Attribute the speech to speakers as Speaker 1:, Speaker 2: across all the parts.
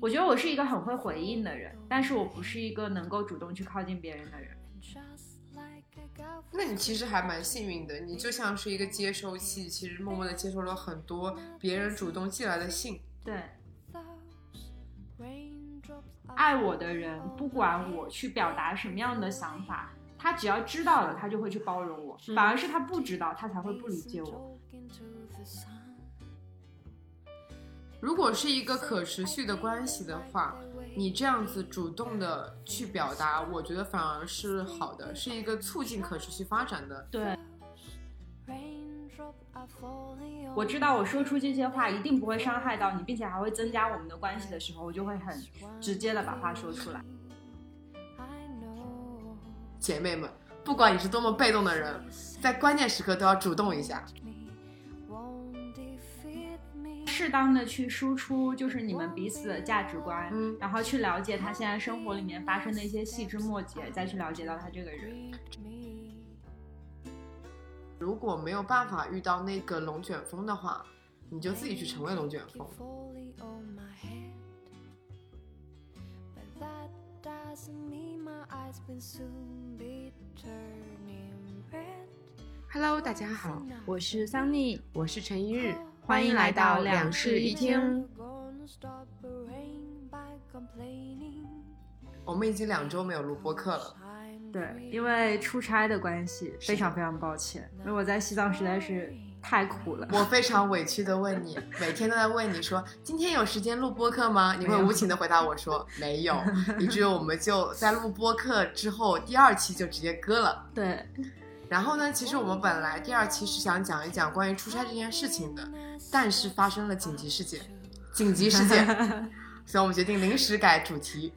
Speaker 1: 我觉得我是一个很会回应的人，但是我不是一个能够主动去靠近别人的人。
Speaker 2: 那你其实还蛮幸运的，你就像是一个接收器，其实默默的接收了很多别人主动寄来的信。
Speaker 1: 对，爱我的人，不管我去表达什么样的想法，他只要知道了，他就会去包容我；反而是他不知道，他才会不理解我。
Speaker 2: 如果是一个可持续的关系的话，你这样子主动的去表达，我觉得反而是好的，是一个促进可持续发展的。
Speaker 1: 对，我知道我说出这些话一定不会伤害到你，并且还会增加我们的关系的时候，我就会很直接的把话说出来。
Speaker 2: 姐妹们，不管你是多么被动的人，在关键时刻都要主动一下。
Speaker 1: 适当的去输出，就是你们彼此的价值观，
Speaker 2: 嗯
Speaker 1: 然后去了解他现在生活里面发生的一些细枝末节，再去了解到他这个人。
Speaker 2: 如果没有办法遇到那个龙卷风的话，你就自己去成为龙卷风。Hello，大家好，
Speaker 3: 我是桑尼，
Speaker 2: 我是陈一日，
Speaker 1: 哦欢迎来到两室一
Speaker 2: 厅。我们已经两周没有录播客了，
Speaker 1: 对，因为出差的关系，非常非常抱歉，因为我在西藏实在是太苦了。
Speaker 2: 我非常委屈的问你，每天都在问你说今天有时间录播客吗？你会
Speaker 1: 没有
Speaker 2: 无情的回答 我说没有，以至于我们就在录播客之后第二期就直接割了。
Speaker 1: 对，
Speaker 2: 然后呢，其实我们本来第二期是想讲一讲关于出差这件事情的，但是发生了紧急事件，紧急事 件，所以我们决定临时改主题，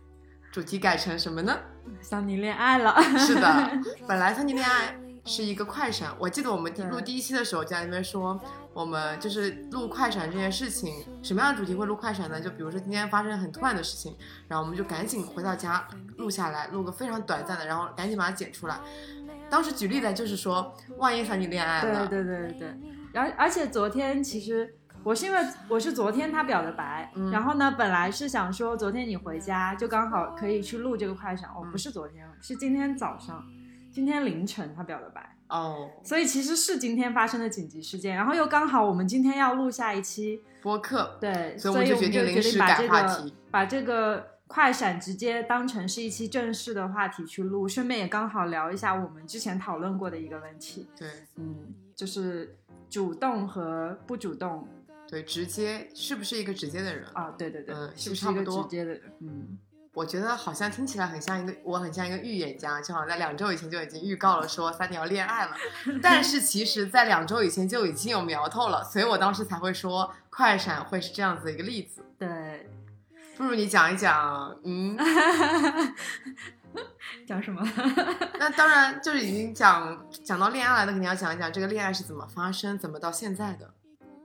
Speaker 2: 主题改成什么 呢？
Speaker 1: 桑尼恋爱了，
Speaker 2: 是的，本来三级恋爱是一个快闪，我记得我们第
Speaker 1: 对
Speaker 2: 录第一期的时候就在那边说，我们就是录快闪这件事情，什么样的主题会录快闪呢？就比如说今天发生很突然的事情，然后我们就赶紧回到家录下来，录个非常短暂的，然后赶紧把它剪出来。当时举例子就是说，万一三级恋爱了，
Speaker 1: 对对对对对。然后而且昨天其实我是因为我是昨天他表的白，
Speaker 2: 嗯
Speaker 1: 然后呢本来是想说昨天你回家就刚好可以去录这个快闪，
Speaker 2: 嗯
Speaker 1: 哦不是昨天，是今天早上，今天凌晨他表的白。
Speaker 2: 哦，
Speaker 1: 所以其实是今天发生的紧急事件，然后又刚好我们今天要录下一期，
Speaker 2: 播客，
Speaker 1: 对，
Speaker 2: 所
Speaker 1: 所
Speaker 2: 以我们就
Speaker 1: 我们
Speaker 2: 决定
Speaker 1: 就
Speaker 2: 临
Speaker 1: 决
Speaker 2: 时
Speaker 1: 定把
Speaker 2: 改
Speaker 1: 这
Speaker 2: 话
Speaker 1: 个
Speaker 2: 题
Speaker 1: 把这个快闪直接当成是一期正式的话题去录，顺便也刚好聊一下我们之前讨论过的一个问题，
Speaker 2: 对
Speaker 1: 嗯，就是主动和不主动
Speaker 2: 对，直接是不是一个直接的人？
Speaker 1: 啊，对对对，
Speaker 2: 嗯
Speaker 1: 是不是
Speaker 2: 差
Speaker 1: 一
Speaker 2: 不
Speaker 1: 个
Speaker 2: 多
Speaker 1: 直接的人？嗯，
Speaker 2: 我觉得好像听起来很像一个，我很像一个预言家，就好像在两周以前就已经预告了说三鸟 恋爱了，但是其实，在两周以前就已经有苗头了，所以我当时才会说快闪会是这样子的一个例子。
Speaker 1: 对，
Speaker 2: 不如你讲一讲， 嗯，
Speaker 1: 讲什么？
Speaker 2: 那当然就是已经讲讲到恋爱了，那肯定要讲一讲这个恋爱是怎么发生，怎么到现在的。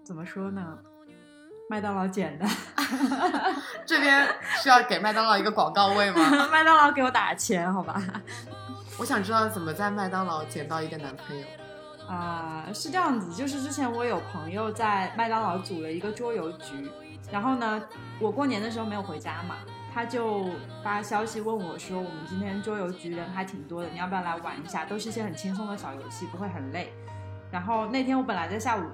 Speaker 1: 怎么说呢？麦当劳捡的，
Speaker 2: 这边是要给麦当劳一个广告位 吗？
Speaker 1: 麦当劳给我打钱，好吧？
Speaker 2: 我想知道怎么在麦当劳捡到一个男朋友。
Speaker 1: 啊、是这样子，就是之前我有朋友在麦当劳组了一个桌游局，然后呢，我过年的时候没有回家嘛，他就发消息问我说，我们今天桌游局人还挺多的，你要不要来玩一下？都是一些很轻松的小游戏，不会很累。然后那天我本来在下午，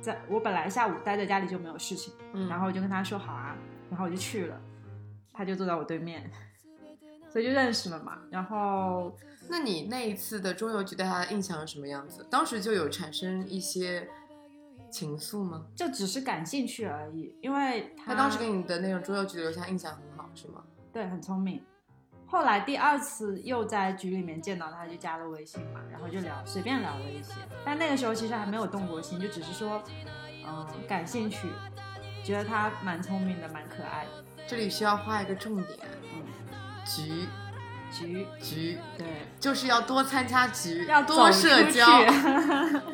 Speaker 1: 在我本来下午待在家里就没有事情，
Speaker 2: 嗯，
Speaker 1: 然后我就跟他说好啊，然后我就去了，他就坐在我对面，所以就认识了嘛。然后
Speaker 2: 那你那一次的桌游局对他的印象是什么样子？当时就有产生一些情愫吗？
Speaker 1: 就只是感兴趣而已，因为
Speaker 2: 他当时给你的那种桌游局留下印象很好，是吗？
Speaker 1: 对，很聪明。后来第二次又在局里面见到他，就加了微信嘛，然后就聊，随便聊了一些。但那个时候其实还没有动过心，就只是说，嗯，感兴趣，觉得他蛮聪明的，蛮可爱的。
Speaker 2: 这里需要画一个重点，
Speaker 1: 嗯，
Speaker 2: 局
Speaker 1: 局
Speaker 2: 局
Speaker 1: 对，
Speaker 2: 就是要多参加局，
Speaker 1: 要走
Speaker 2: 多
Speaker 1: 出
Speaker 2: 社
Speaker 1: 去
Speaker 2: 交，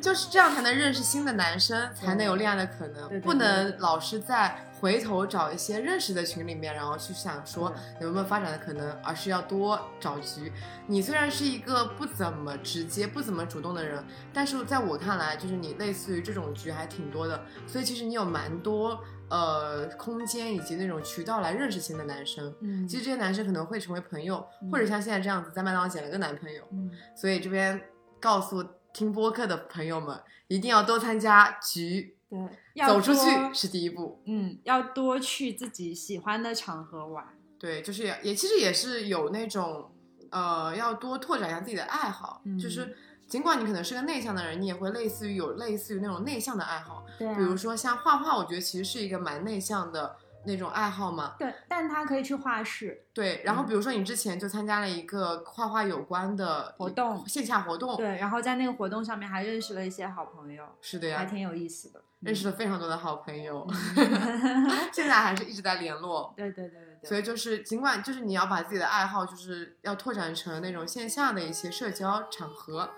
Speaker 2: 就是这样才能认识新的男生，才能有恋爱的可能。
Speaker 1: 对对
Speaker 2: 不能老是在回头找一些认识的群里面，然后去想说
Speaker 1: 嗯
Speaker 2: 有没有发展的可能，而是要多找局。你虽然是一个不怎么直接、不怎么主动的人，但是在我看来，就是你类似于这种局还挺多的，所以其实你有蛮多呃空间以及那种渠道来认识新的男生。
Speaker 1: 嗯，
Speaker 2: 其实这些男生可能会成为朋友，或者像现在这样子在麦当劳捡了个男朋友。
Speaker 1: 嗯，
Speaker 2: 所以这边告诉听播客的朋友们，一定要多参加局，
Speaker 1: 对，
Speaker 2: 走
Speaker 1: 要
Speaker 2: 出去
Speaker 1: 多
Speaker 2: 是第一步。
Speaker 1: 嗯，要多去自己喜欢的场合玩。
Speaker 2: 对，就是也也其实也是有那种呃，要多拓展一下自己的爱好，
Speaker 1: 嗯
Speaker 2: 就是。尽管你可能是个内向的人，你也会类似于有类似于那种内向的爱好，
Speaker 1: 对、啊
Speaker 2: 比如说像画画，我觉得其实是一个蛮内向的那种爱好嘛。
Speaker 1: 对，但他可以去画室，
Speaker 2: 对，然后
Speaker 1: 嗯
Speaker 2: 比如说你之前就参加了一个画画有关的
Speaker 1: 活动
Speaker 2: 线下活动，
Speaker 1: 对，然后在那个活动上面还认识了一些好朋友，
Speaker 2: 是的呀，
Speaker 1: 还挺有意思的。
Speaker 2: 啊
Speaker 1: 嗯
Speaker 2: 认识
Speaker 1: 了，
Speaker 2: 了非常多的好朋友，
Speaker 1: 嗯
Speaker 2: 现在还是一直在联络。
Speaker 1: 对对对对对，
Speaker 2: 所以就是，尽管就是你要把自己的爱好，就是要拓展成那种线下的一些社交场合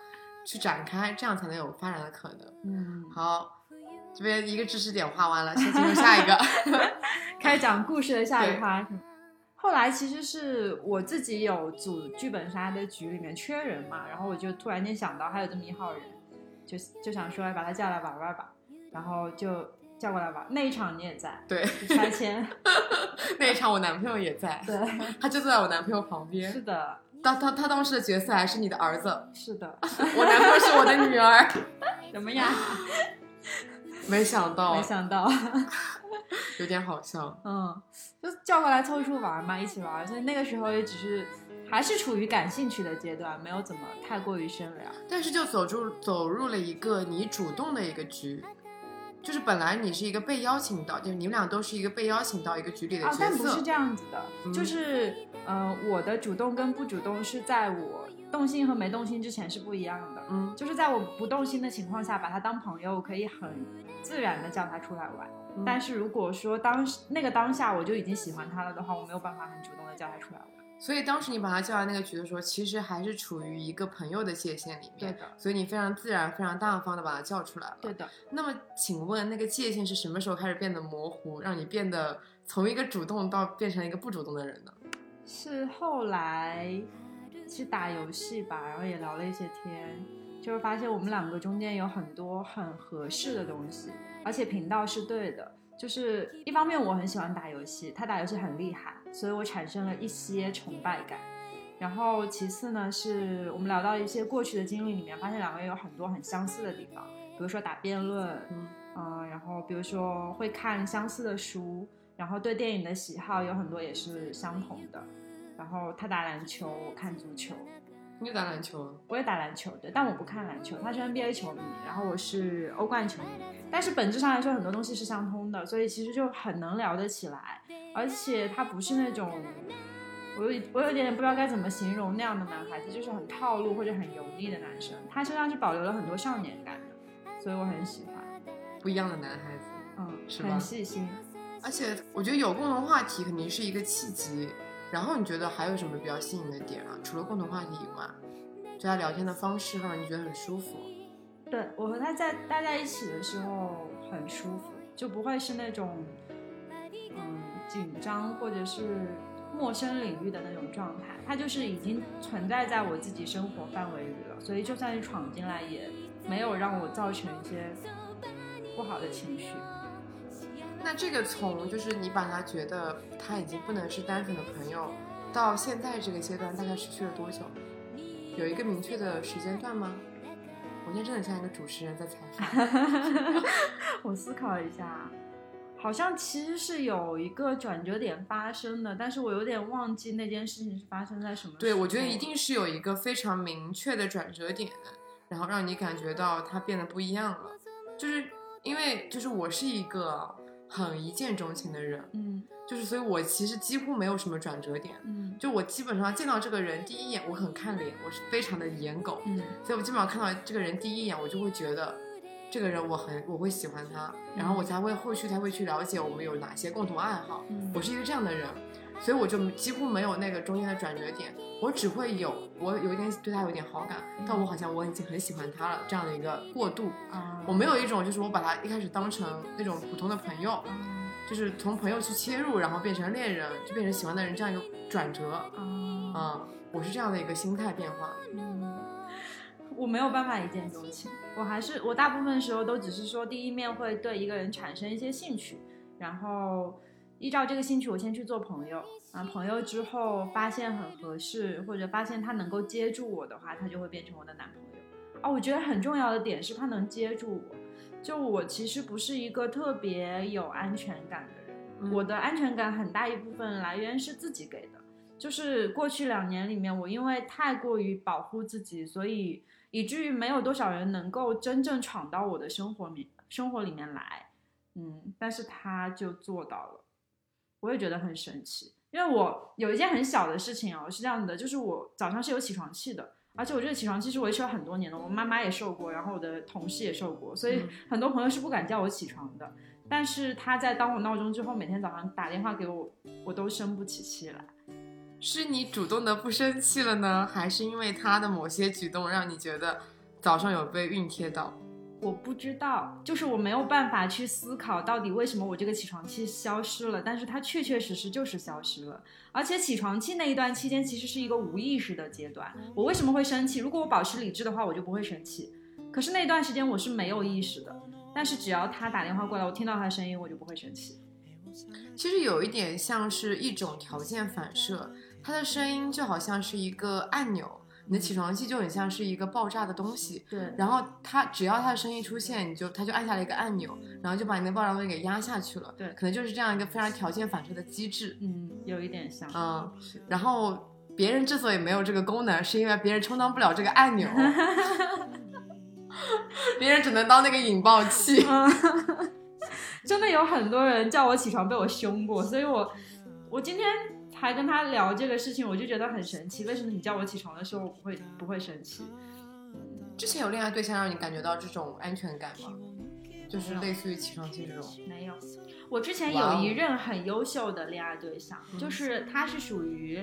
Speaker 2: 去展开，这样才能有发展的可能。
Speaker 1: 嗯，
Speaker 2: 好，这边一个知识点画完了，先进入下一个。
Speaker 1: 开始讲故事的下一
Speaker 2: 对
Speaker 1: 趴。后来其实是我自己有组剧本杀的局里面缺人嘛，然后我就突然间想到还有这么一号人，就就想说哎把他叫来玩玩吧，然后就叫过来玩。那一场你也在，
Speaker 2: 对，
Speaker 1: 就拆迁，
Speaker 2: 那一场我男朋友也在，
Speaker 1: 对，
Speaker 2: 他就坐在我男朋友旁
Speaker 1: 是
Speaker 2: 边。
Speaker 1: 的，
Speaker 2: 当他他当时的角色还是你的儿子，
Speaker 1: 是 的，
Speaker 2: 我男朋友是我的女儿。
Speaker 1: 怎么样？
Speaker 2: 没想到
Speaker 1: 没，想到，
Speaker 2: 有点好笑。
Speaker 1: 嗯，就叫过来凑数玩嘛，一起玩。所以那个时候也只是还是处于感兴趣的阶段，没有怎么太过于深聊。
Speaker 2: 但是就走入走入了一个你主动的一个局，就是本来你是一个被邀请到，就是你们俩都是一个被邀请到一个局里的角
Speaker 1: 啊，
Speaker 2: 色。
Speaker 1: 但不是这样子的，
Speaker 2: 嗯
Speaker 1: 就是呃，我的主动跟不主动是在我动心和没动心之前是不一样的。
Speaker 2: 嗯
Speaker 1: 就是在我不动心的情况下，把他当朋友，我可以很自然的叫他出来玩。
Speaker 2: 嗯
Speaker 1: 但是如果说当时那个当下我就已经喜欢他了的话，我没有办法很主动的叫他出来玩。
Speaker 2: 嗯所以当时你把他叫来那个局的时候，其实还是处于一个朋友的界限里面，
Speaker 1: 的，
Speaker 2: 所以你非常自然、非常大方的把他叫出来了。
Speaker 1: 对的。
Speaker 2: 那么，请问那个界限是什么时候开始变得模糊，让你变得从一个主动到变成一个不主动的人呢？
Speaker 1: 是后来是打游戏吧，然后也聊了一些天，就是发现我们两个中间有很多很合适的东西，而且频道是对的。就是一方面我很喜欢打游戏，他打游戏很厉害，所以我产生了一些崇拜感。然后其次呢，是我们聊到一些过去的经历里面，发现两个人有很多很相似的地方，比如说打辩论，
Speaker 2: 嗯
Speaker 1: 嗯、然后比如说会看相似的书，然后对电影的喜好有很多也是相同的。然后他打篮球，我看足球，
Speaker 2: 你就打篮球，
Speaker 1: 我也打篮球，对，但我不看篮球。他是 NBA 球迷，然后我是欧冠球迷，但是本质上来说，很多东西是相通的，所以其实就很能聊得起来。而且他不是那种，我有我有点不知道该怎么形容那样的男孩子，就是很套路或者很油腻的男生。他身上是保留了很多少年感的，所以我很喜欢。
Speaker 2: 不一样的男孩子。
Speaker 1: 嗯，
Speaker 2: 是吧
Speaker 1: 很细心。
Speaker 2: 而且我觉得有共同话题肯定是一个契机。然后你觉得还有什么比较吸引的点啊？除了共同话题以外，就他聊天的方式会让你觉得很舒服。
Speaker 1: 对
Speaker 2: 嗯
Speaker 1: 我和他在待在一起的时候很舒服，就不会是那种嗯紧张或者是陌生领域的那种状态，它就是已经存在在我自己生活范围里了，所以就算是闯进来也没有让我造成一些 不好的情绪。
Speaker 2: 那这个从就是你把他觉得他已经不能是单纯的朋友，到现在这个阶段大概持续了多久？有一个明确的时间段吗？我现在真的很像一个主持人在采访。
Speaker 1: 我思考一下，好像其实是有一个转折点发生的，但是我有点忘记那件事情是发生在什么时候。
Speaker 2: 对，我觉得一定是有一个非常明确的转折点，然后让你感觉到他变得不一样了。就是因为就是我是一个很一见钟情的人，
Speaker 1: 嗯
Speaker 2: 就是所以我其实几乎没有什么转折点。
Speaker 1: 嗯
Speaker 2: 就我基本上见到这个人第一眼，我很看脸，我是非常的颜狗，
Speaker 1: 嗯
Speaker 2: 所以我基本上看到这个人第一眼，我就会觉得这个人我很我会喜欢他，然后我才会后续才会去了解我们有哪些共同爱好。
Speaker 1: 嗯，
Speaker 2: 我是一个这样的人，所以我就几乎没有那个中间的转折点，我只会有我有一点对他有点好感，但我好像我已经很喜欢他了这样的一个过渡。
Speaker 1: 啊，
Speaker 2: 我没有一种就是我把他一开始当成那种普通的朋友，
Speaker 1: 嗯
Speaker 2: 就是从朋友去切入，然后变成恋人，就变成喜欢的人这样一个转折。
Speaker 1: 啊，
Speaker 2: 嗯，我是这样的一个心态变化。
Speaker 1: 我没有办法一见钟情，我还是我大部分时候都只是说第一面会对一个人产生一些兴趣，然后依照这个兴趣我先去做朋友啊，朋友之后发现很合适或者发现他能够接住我的话，他就会变成我的男朋友啊。我觉得很重要的点是他能接住我，就我其实不是一个特别有安全感的人。
Speaker 2: 嗯
Speaker 1: 我的安全感很大一部分来源是自己给的，就是过去两年里面，我因为太过于保护自己，所以以至于没有多少人能够真正闯到我的生活里生活里面来，嗯，但是他就做到了，我也觉得很神奇。因为我有一件很小的事情哦，是这样的，就是我早上是有起床气的，而且我这个起床气是维持了很多年的，我妈妈也受过，然后我的同事也受过，所以
Speaker 2: 嗯
Speaker 1: 很多朋友是不敢叫我起床的。但是他在当我闹钟之后，每天早上打电话给我，我都生不起气来。
Speaker 2: 是你主动的不生气了呢，还是因为他的某些举动让你觉得早上有被熨贴到？
Speaker 1: 我不知道，就是我没有办法去思考到底为什么我这个起床气消失了，但是它确确实实就是消失了。而且起床气那一段期间其实是一个无意识的阶段。我为什么会生气？如果我保持理智的话，我就不会生气。可是那段时间我是没有意识的，但是只要他打电话过来，我听到他的声音，我就不会生气。
Speaker 2: 其实有一点像是一种条件反射，它的声音就好像是一个按钮，你的起床气就很像是一个爆炸的东西。
Speaker 1: 对，
Speaker 2: 然后它只要它的声音出现，你就它就按下了一个按钮，然后就把你的爆炸东西给压下去了。
Speaker 1: 对
Speaker 2: 可能就是这样一个非常条件反射的机制。
Speaker 1: 嗯，有一点像。
Speaker 2: 嗯，
Speaker 1: 是的
Speaker 2: 然后别人之所以没有这个功能，是因为别人充当不了这个按 钮，别人只能当那个引爆器。
Speaker 1: 嗯， 真的有很多人叫我起床被我凶过，所以我我今天还跟他聊这个事情，我就觉得很神奇，为什么你叫我起床的时候我不会不会生气？
Speaker 2: 之前有恋爱对象让你感觉到这种安全感吗？就是类似于起床气这种。
Speaker 1: 没有，我之前
Speaker 2: 哇哦嗯
Speaker 1: 有一任很优秀的恋爱对象，就是他是属于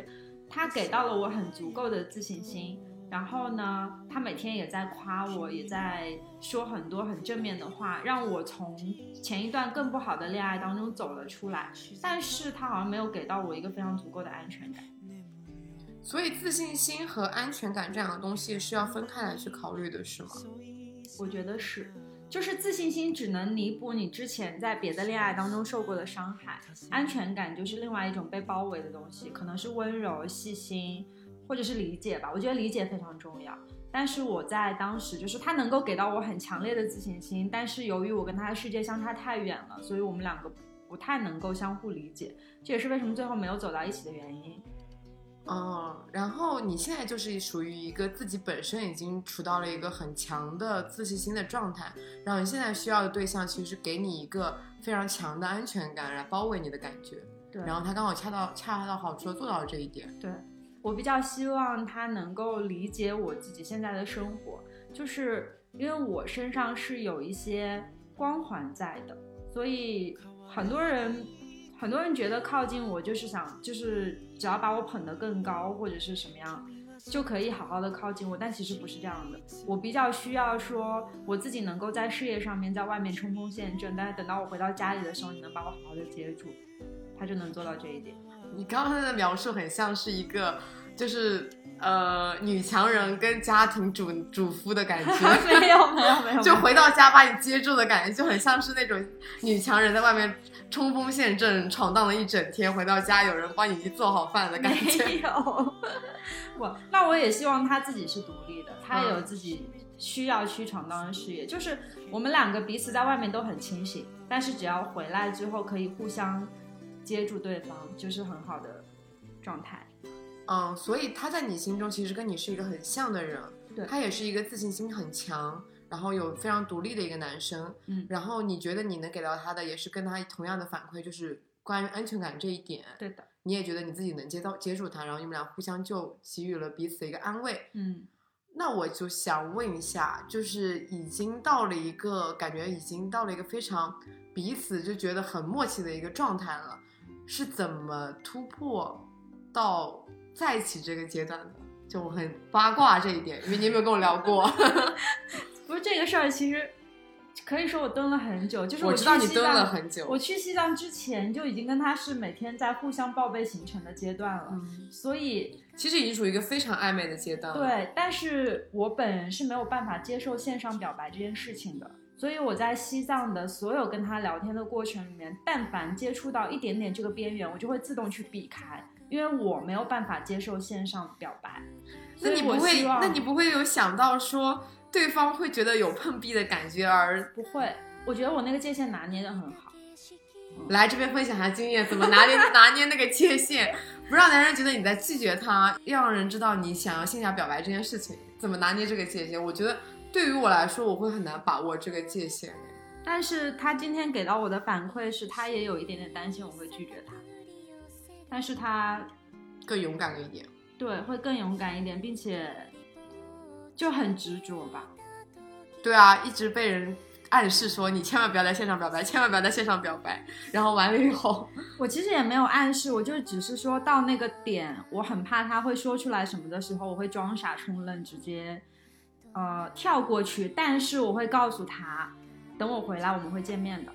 Speaker 1: 他给到了我很足够的自信心，然后呢，他每天也在夸我，也在说很多很正面的话，让我从前一段更不好的恋爱当中走了出来。但是他好像没有给到我一个非常足够的安全感。
Speaker 2: 所以自信心和安全感这两个东西是要分开来去考虑的，是吗？
Speaker 1: 我觉得是，就是自信心只能弥补你之前在别的恋爱当中受过的伤害，安全感就是另外一种被包围的东西，可能是温柔、细心，或者是理解吧。我觉得理解非常重要。但是我在当时，就是他能够给到我很强烈的自信心，但是由于我跟他的世界相差太远了，所以我们两个不太能够相互理解，这也是为什么最后没有走到一起的原因。
Speaker 2: 嗯，然后你现在就是属于一个自己本身已经处到了一个很强的自信心的状态，然后你现在需要的对象其实是给你一个非常强的安全感来包围你的感觉，
Speaker 1: 对，
Speaker 2: 然后他刚好恰到恰到好处地做到了这一点。
Speaker 1: 对我比较希望他能够理解我自己现在的生活，就是因为我身上是有一些光环在的，所以很多人很多人觉得靠近我就是想就是只要把我捧得更高或者是什么样。就可以好好的靠近我，但其实不是这样的。我比较需要说我自己能够在事业上面，在外面冲锋陷阵，但是等到我回到家里的时候，你能把我好好的接住，他就能做到这一点。
Speaker 2: 你刚才的描述很像是一个，就是呃女强人跟家庭主主夫的感觉。
Speaker 1: 没有没有没有，
Speaker 2: 就回到家把你接住的感觉，就很像是那种女强人在外面冲锋陷阵、闯荡了一整天，回到家有人帮你做好饭的感觉。
Speaker 1: 没有， 我那我也希望他自己是独立的，他
Speaker 2: 啊
Speaker 1: 也有自己需要去闯荡的事业。就是我们两个彼此在外面都很清醒，但是只要回来之后可以互相接住对方，就是很好的状态。
Speaker 2: 嗯，所以他在你心中其实跟你是一个很像的人，
Speaker 1: 对
Speaker 2: 他也是一个自信心很强，然后有非常独立的一个男生。
Speaker 1: 嗯
Speaker 2: 然后你觉得你能给到他的，也是跟他同样的反馈，就是关于安全感这一点。
Speaker 1: 对的，
Speaker 2: 你也觉得你自己能接到接住他，然后你们俩互相就给予了彼此一个安慰。
Speaker 1: 嗯
Speaker 2: 那我就想问一下，就是已经到了一个感觉已经到了一个非常彼此就觉得很默契的一个状态了，是怎么突破到在一起这个阶段的？就我 很八卦这一点，因为你有没有跟我聊过？
Speaker 1: 不是这个事儿，其实可以说我蹲了很久，就是
Speaker 2: 我
Speaker 1: 去
Speaker 2: 知道你
Speaker 1: 西
Speaker 2: 蹲了
Speaker 1: 藏
Speaker 2: 很久
Speaker 1: 我去西藏之前就已经跟他是每天在互相报备行程的阶段了，
Speaker 2: 嗯
Speaker 1: 所以
Speaker 2: 其实已经处于一个非常暧昧的阶段了。
Speaker 1: 对，但是我本人是没有办法接受线上表白这件事情的，所以我在西藏的所有跟他聊天的过程里面，但凡接触到一点点这个边缘，我就会自动去避开，因为我没有办法接受线上表白。
Speaker 2: 那你
Speaker 1: 所以我
Speaker 2: 不会，
Speaker 1: 希望
Speaker 2: 那你不会有想到说对方会觉得有碰壁的感觉，而
Speaker 1: 不会？我觉得我那个界限拿捏的很好。
Speaker 2: 来这边分享一下经验，怎么拿捏 拿捏那个界限，不让男人觉得你在拒绝他，要让人知道你想要线下表白这件事情，怎么拿捏这个界限？我觉得对于我来说，我会很难把握这个界限。
Speaker 1: 但是他今天给到我的反馈是，他也有一点点担心我会拒绝他，但是他
Speaker 2: 更勇敢了一点，
Speaker 1: 对会更勇敢一点，并且就很执着吧。
Speaker 2: 对啊，一直被人暗示说你千万不要在线上表白，千万不要在线上表 白，然后完了以后，
Speaker 1: 我其实也没有暗示，我就只是说到那个点，我很怕他会说出来什么的时候，我会装傻充愣，直接呃跳过去。但是我会告诉他，等我回来我们会见面的。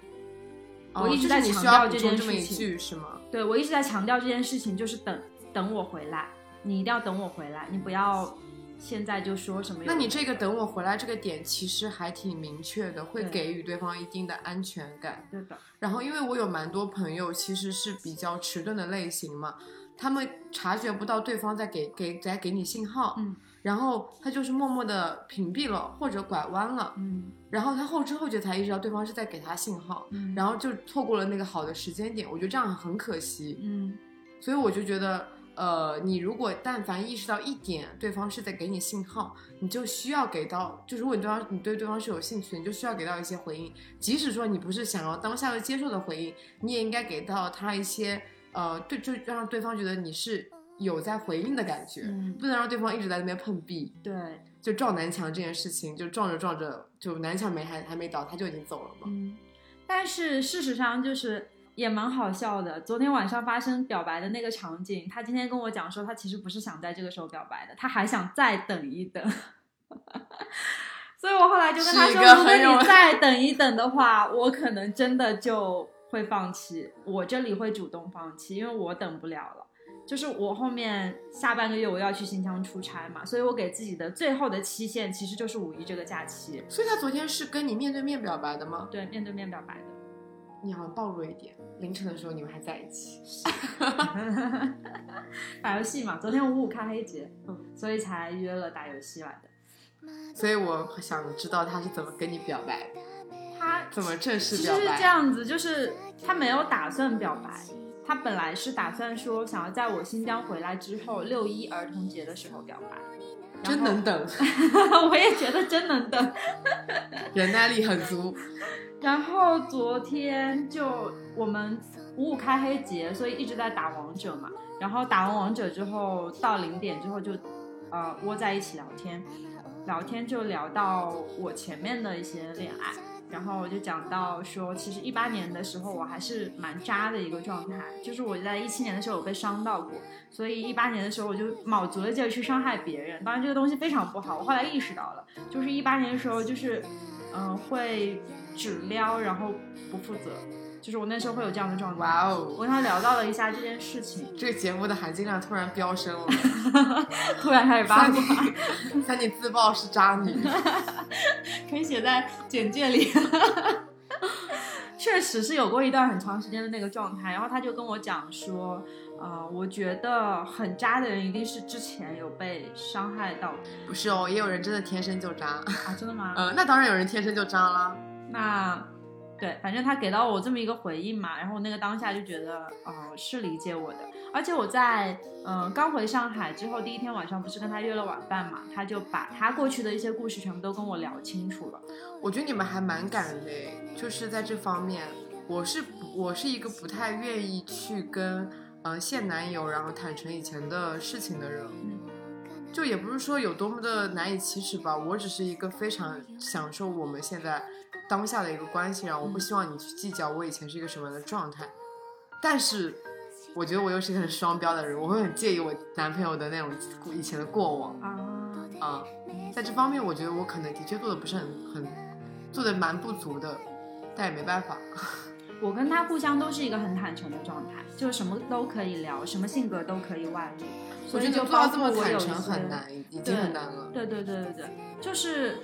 Speaker 1: 我一直在
Speaker 2: 哦就是你
Speaker 1: 强
Speaker 2: 需要
Speaker 1: 调
Speaker 2: 补
Speaker 1: 这
Speaker 2: 充
Speaker 1: 件
Speaker 2: 这么一
Speaker 1: 事情
Speaker 2: 句是吗？
Speaker 1: 对我一直在强调这件事情，就是等等我回来，你一定要等我回来，你不要现在就说什么有的
Speaker 2: 那
Speaker 1: 没的。
Speaker 2: 你这个等我回来这个点其实还挺明确的，会
Speaker 1: 对
Speaker 2: 给予对方一定的安全感。
Speaker 1: 对的，
Speaker 2: 然后因为我有蛮多朋友其实是比较迟钝的类型嘛，他们察觉不到对方在给给在给你信号，
Speaker 1: 嗯
Speaker 2: 然后他就是默默的屏蔽了或者拐弯了，
Speaker 1: 嗯
Speaker 2: 然后他后知后觉才意识到对方是在给他信号，
Speaker 1: 嗯
Speaker 2: 然后就错过了那个好的时间点，我觉得这样很可惜。
Speaker 1: 嗯
Speaker 2: 所以我就觉得，呃，你如果但凡意识到一点对方是在给你信号，你就需要给到，就如果你对方你对对方是有兴趣的，你就需要给到一些回应，即使说你不是想要当下的接受的回应，你也应该给到他一些，呃，对，就让对方觉得你是有在回应的感觉，
Speaker 1: 嗯，
Speaker 2: 不能让对方一直在那边碰壁。
Speaker 1: 对，
Speaker 2: 就撞南墙这件事情，就撞着撞着，就南墙没还还没倒，他就已经走了嘛。
Speaker 1: 嗯，但是事实上就是。也蛮好笑的。昨天晚上发生表白的那个场景，他今天跟我讲说，他其实不是想在这个时候表白的，他还想再等一等。 所以我后来就跟他
Speaker 2: 是一
Speaker 1: 说，
Speaker 2: 个
Speaker 1: 如果
Speaker 2: 很有
Speaker 1: 你再等一等的话，我可能真的就会放弃。我这里会主动放弃，因为我等不了了。就是我后面下半个月我要去新疆出差嘛，所以我给自己的最后的期限其实就是五一这个假期，
Speaker 2: 所以他昨天是跟你面对面表白的吗？
Speaker 1: 对，面对面表白的。
Speaker 2: 你好像暴露了一点，凌晨的时候你们还在一起。
Speaker 1: 打游戏嘛，昨天五五开黑节，嗯，所以才约了打游戏来的。
Speaker 2: 所以我想知道他是怎么跟你表白，
Speaker 1: 他
Speaker 2: 怎么正式
Speaker 1: 其
Speaker 2: 表
Speaker 1: 实是这
Speaker 2: 白。
Speaker 1: 样子，就是他没有打算表白，他本来是打算说想要在我新疆回来之后六一儿童节的时候表白，然后
Speaker 2: 真能，等，
Speaker 1: 我也觉得真能等。
Speaker 2: 忍耐力很足。
Speaker 1: 然后昨天就我们五五开黑节，所以一直在打王者嘛。然后打完王者之后，到零点之后就，呃，窝在一起聊天，聊天就聊到我前面的一些恋爱，然后我就讲到说，其实一八年的时候我还是蛮渣的一个状态，就是我在一七年的时候有被伤到过，所以一八年的时候我就卯足了劲儿去伤害别人，当然这个东西非常不好，我后来意识到了，就是一八年的时候就是，嗯、会只撩然后不负责，就是我那时候会有这样的状态。
Speaker 2: 哇
Speaker 1: 我
Speaker 2: 哦，
Speaker 1: 跟他聊到了一下这件事情，
Speaker 2: 这个节目的含金量突然飙升 了。
Speaker 1: 突然开始八
Speaker 2: 三
Speaker 1: 卦，
Speaker 2: 你，三你自曝是渣女，
Speaker 1: 可以写在简介里。 确实是有过一段很长时间的那个状态，然后他就跟我讲说，呃，我觉得很渣的人一定是之前有被伤害到
Speaker 2: 不是哦，也有人真的天生就渣。
Speaker 1: 啊，真的吗？
Speaker 2: 呃，那当然有人天生就渣啦。
Speaker 1: 那对，反正他给到我这么一个回应嘛，然后我那个当下就觉得，哦、是理解我的。而且我在嗯、呃刚回上海之后，第一天晚上不是跟他约了晚饭嘛，他就把他过去的一些故事全部都跟我聊清楚了。
Speaker 2: 我觉得你们还蛮敢的诶，就是在这方面，我是我是一个不太愿意去跟呃现男友然后坦诚以前的事情的人，就也不是说有多么的难以启齿吧，我只是一个非常享受我们现在当下的一个关系，然后我不
Speaker 1: 嗯
Speaker 2: 希望你去计较我以前是一个什么样的状态，但是。我觉得我又是一个很双标的人，我会很介意我男朋友的那种以前的过往
Speaker 1: 啊，
Speaker 2: 啊、在这方面我觉得我可能的确做的不是很很做的蛮不足的，但也没办法。
Speaker 1: 我跟他互相都是一个很坦诚的状态，就是什么都可以聊，什么性格都可以外露。
Speaker 2: 我
Speaker 1: 所
Speaker 2: 觉
Speaker 1: 以
Speaker 2: 得
Speaker 1: 就
Speaker 2: 做
Speaker 1: 包
Speaker 2: 到这
Speaker 1: 括
Speaker 2: 么
Speaker 1: 我有
Speaker 2: 坦
Speaker 1: 一
Speaker 2: 诚
Speaker 1: 些
Speaker 2: 很难，已经很难了。
Speaker 1: 对对对对对，就是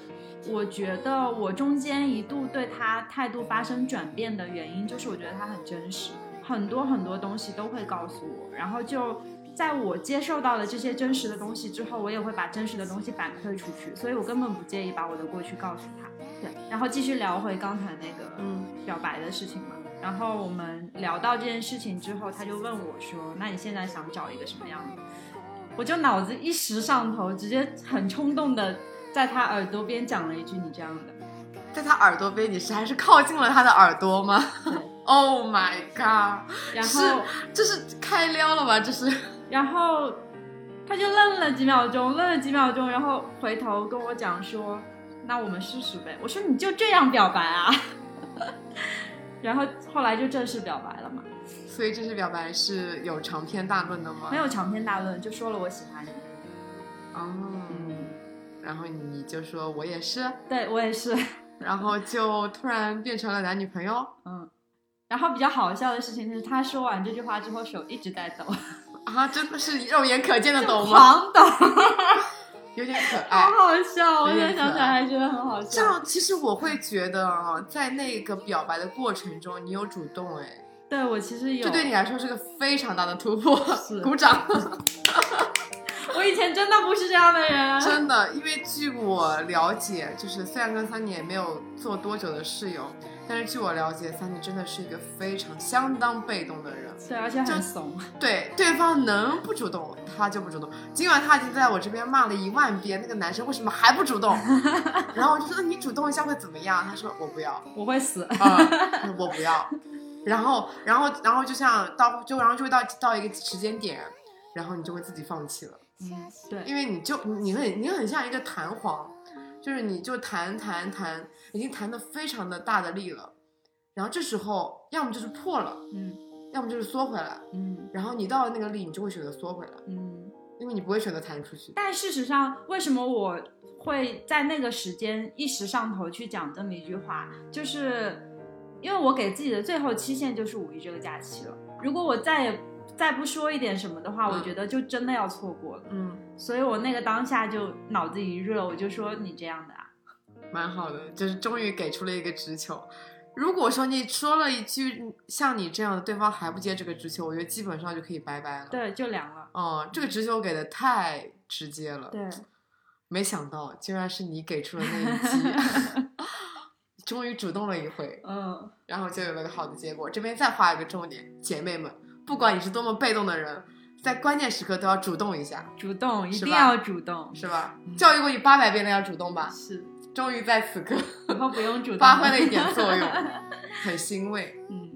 Speaker 1: 我觉得我中间一度对他态度发生转变的原因，就是我觉得他很真实，很多很多东西都会告诉我，然后就在我接受到了这些真实的东西之后，我也会把真实的东西反馈出去，所以我根本不介意把我的过去告诉他。对，然后继续聊回刚才那个
Speaker 2: 嗯
Speaker 1: 表白的事情嘛。然后我们聊到这件事情之后，他就问我说：“那你现在想找一个什么样的？”我就脑子一时上头，直接很冲动的在他耳朵边讲了一句：“你这样的。
Speaker 2: 在他耳朵边，你是还是靠近了他的耳朵吗
Speaker 1: 对
Speaker 2: ？Oh my god！”
Speaker 1: 然
Speaker 2: 是
Speaker 1: 后，
Speaker 2: 这是开撩了吧？这是
Speaker 1: 然后他就愣了几秒钟，愣了几秒钟，然后回头跟我讲说：“那我们试试呗。”我说：“你就这样表白啊？” 然后后来就正式表白了嘛，
Speaker 2: 所以这次表白是有长篇大论的吗？
Speaker 1: 没有长篇大论，就说了我喜欢你。
Speaker 2: 哦。
Speaker 1: 嗯，
Speaker 2: 然后你就说我也是，
Speaker 1: 对我也是。
Speaker 2: 然后就突然变成了男女朋友
Speaker 1: 嗯，然后比较好笑的事情就是，他说完这句话之后，手一直在抖，
Speaker 2: 啊！真的是肉眼可见的
Speaker 1: 就
Speaker 2: 懂吗？
Speaker 1: 狂 抖，
Speaker 2: 有点可爱
Speaker 1: 好。好笑！我
Speaker 2: 有
Speaker 1: 现在想起
Speaker 2: 点可爱
Speaker 1: 来还觉得很好
Speaker 2: 这
Speaker 1: 笑。
Speaker 2: 样其实我会觉得啊，在那个表白的过程中，你有主动哎，
Speaker 1: 对我其实有，
Speaker 2: 这对你来说是个非常大的突破
Speaker 1: 是，
Speaker 2: 鼓掌！
Speaker 1: 我以前真的不是这样的人。
Speaker 2: 真的，因为据我了解，就是虽然跟三妮也没有做多久的室友，但是据我了解，三妮真的是一个非常相当被动的人。
Speaker 1: 对，而且很
Speaker 2: 就
Speaker 1: 怂。
Speaker 2: 对，对方能不主动，他就不主动。尽管他已经在我这边骂了一万遍，那个男生为什么还不主动？然后我就说，那你主动一下会怎么样？他说我不要。
Speaker 1: 我会死。
Speaker 2: 啊， 我不要。然后，然后，然后就像到，就然后就会到到一个时间点，然后你就会自己放弃了，
Speaker 1: 嗯，对，
Speaker 2: 因为你就你很你很像一个弹簧，就是你就弹弹弹，已经弹的非常的大的力了，然后这时候要么就是破了，
Speaker 1: 嗯
Speaker 2: 要么就是缩回来，
Speaker 1: 嗯
Speaker 2: 然后你到了那个力，你就会选择缩回来，
Speaker 1: 嗯。
Speaker 2: 因为你不会选择弹出去。
Speaker 1: 但事实上，为什么我会在那个时间一时上头去讲这么一句话，就是因为我给自己的最后期限就是五一这个假期了。如果我再也再不说一点什么的话，
Speaker 2: 嗯
Speaker 1: 我觉得就真的要错过了。
Speaker 2: 嗯，
Speaker 1: 所以我那个当下就脑子一热，我就说你这样的啊，
Speaker 2: 蛮好的，就是终于给出了一个直球。如果说你说了一句像你这样的，对方还不接这个直球，我觉得基本上就可以拜拜了。
Speaker 1: 对，就凉了。
Speaker 2: 嗯，这个直球给的太直接了，
Speaker 1: 对，
Speaker 2: 没想到竟然是你给出了那一击，终于主动了一回，
Speaker 1: 嗯，
Speaker 2: 然后就有了个好的结果。这边再画一个重点，姐妹们，不管你是多么被动的人，在关键时刻都要主动一下，
Speaker 1: 主动一
Speaker 2: 是
Speaker 1: 定
Speaker 2: 吧
Speaker 1: 要主动，
Speaker 2: 是吧？教育过你八百遍了，要主动吧。
Speaker 1: 是，
Speaker 2: 终于在此刻
Speaker 1: 以后不用主动，
Speaker 2: 发挥了一点作用，很欣慰。
Speaker 1: 嗯，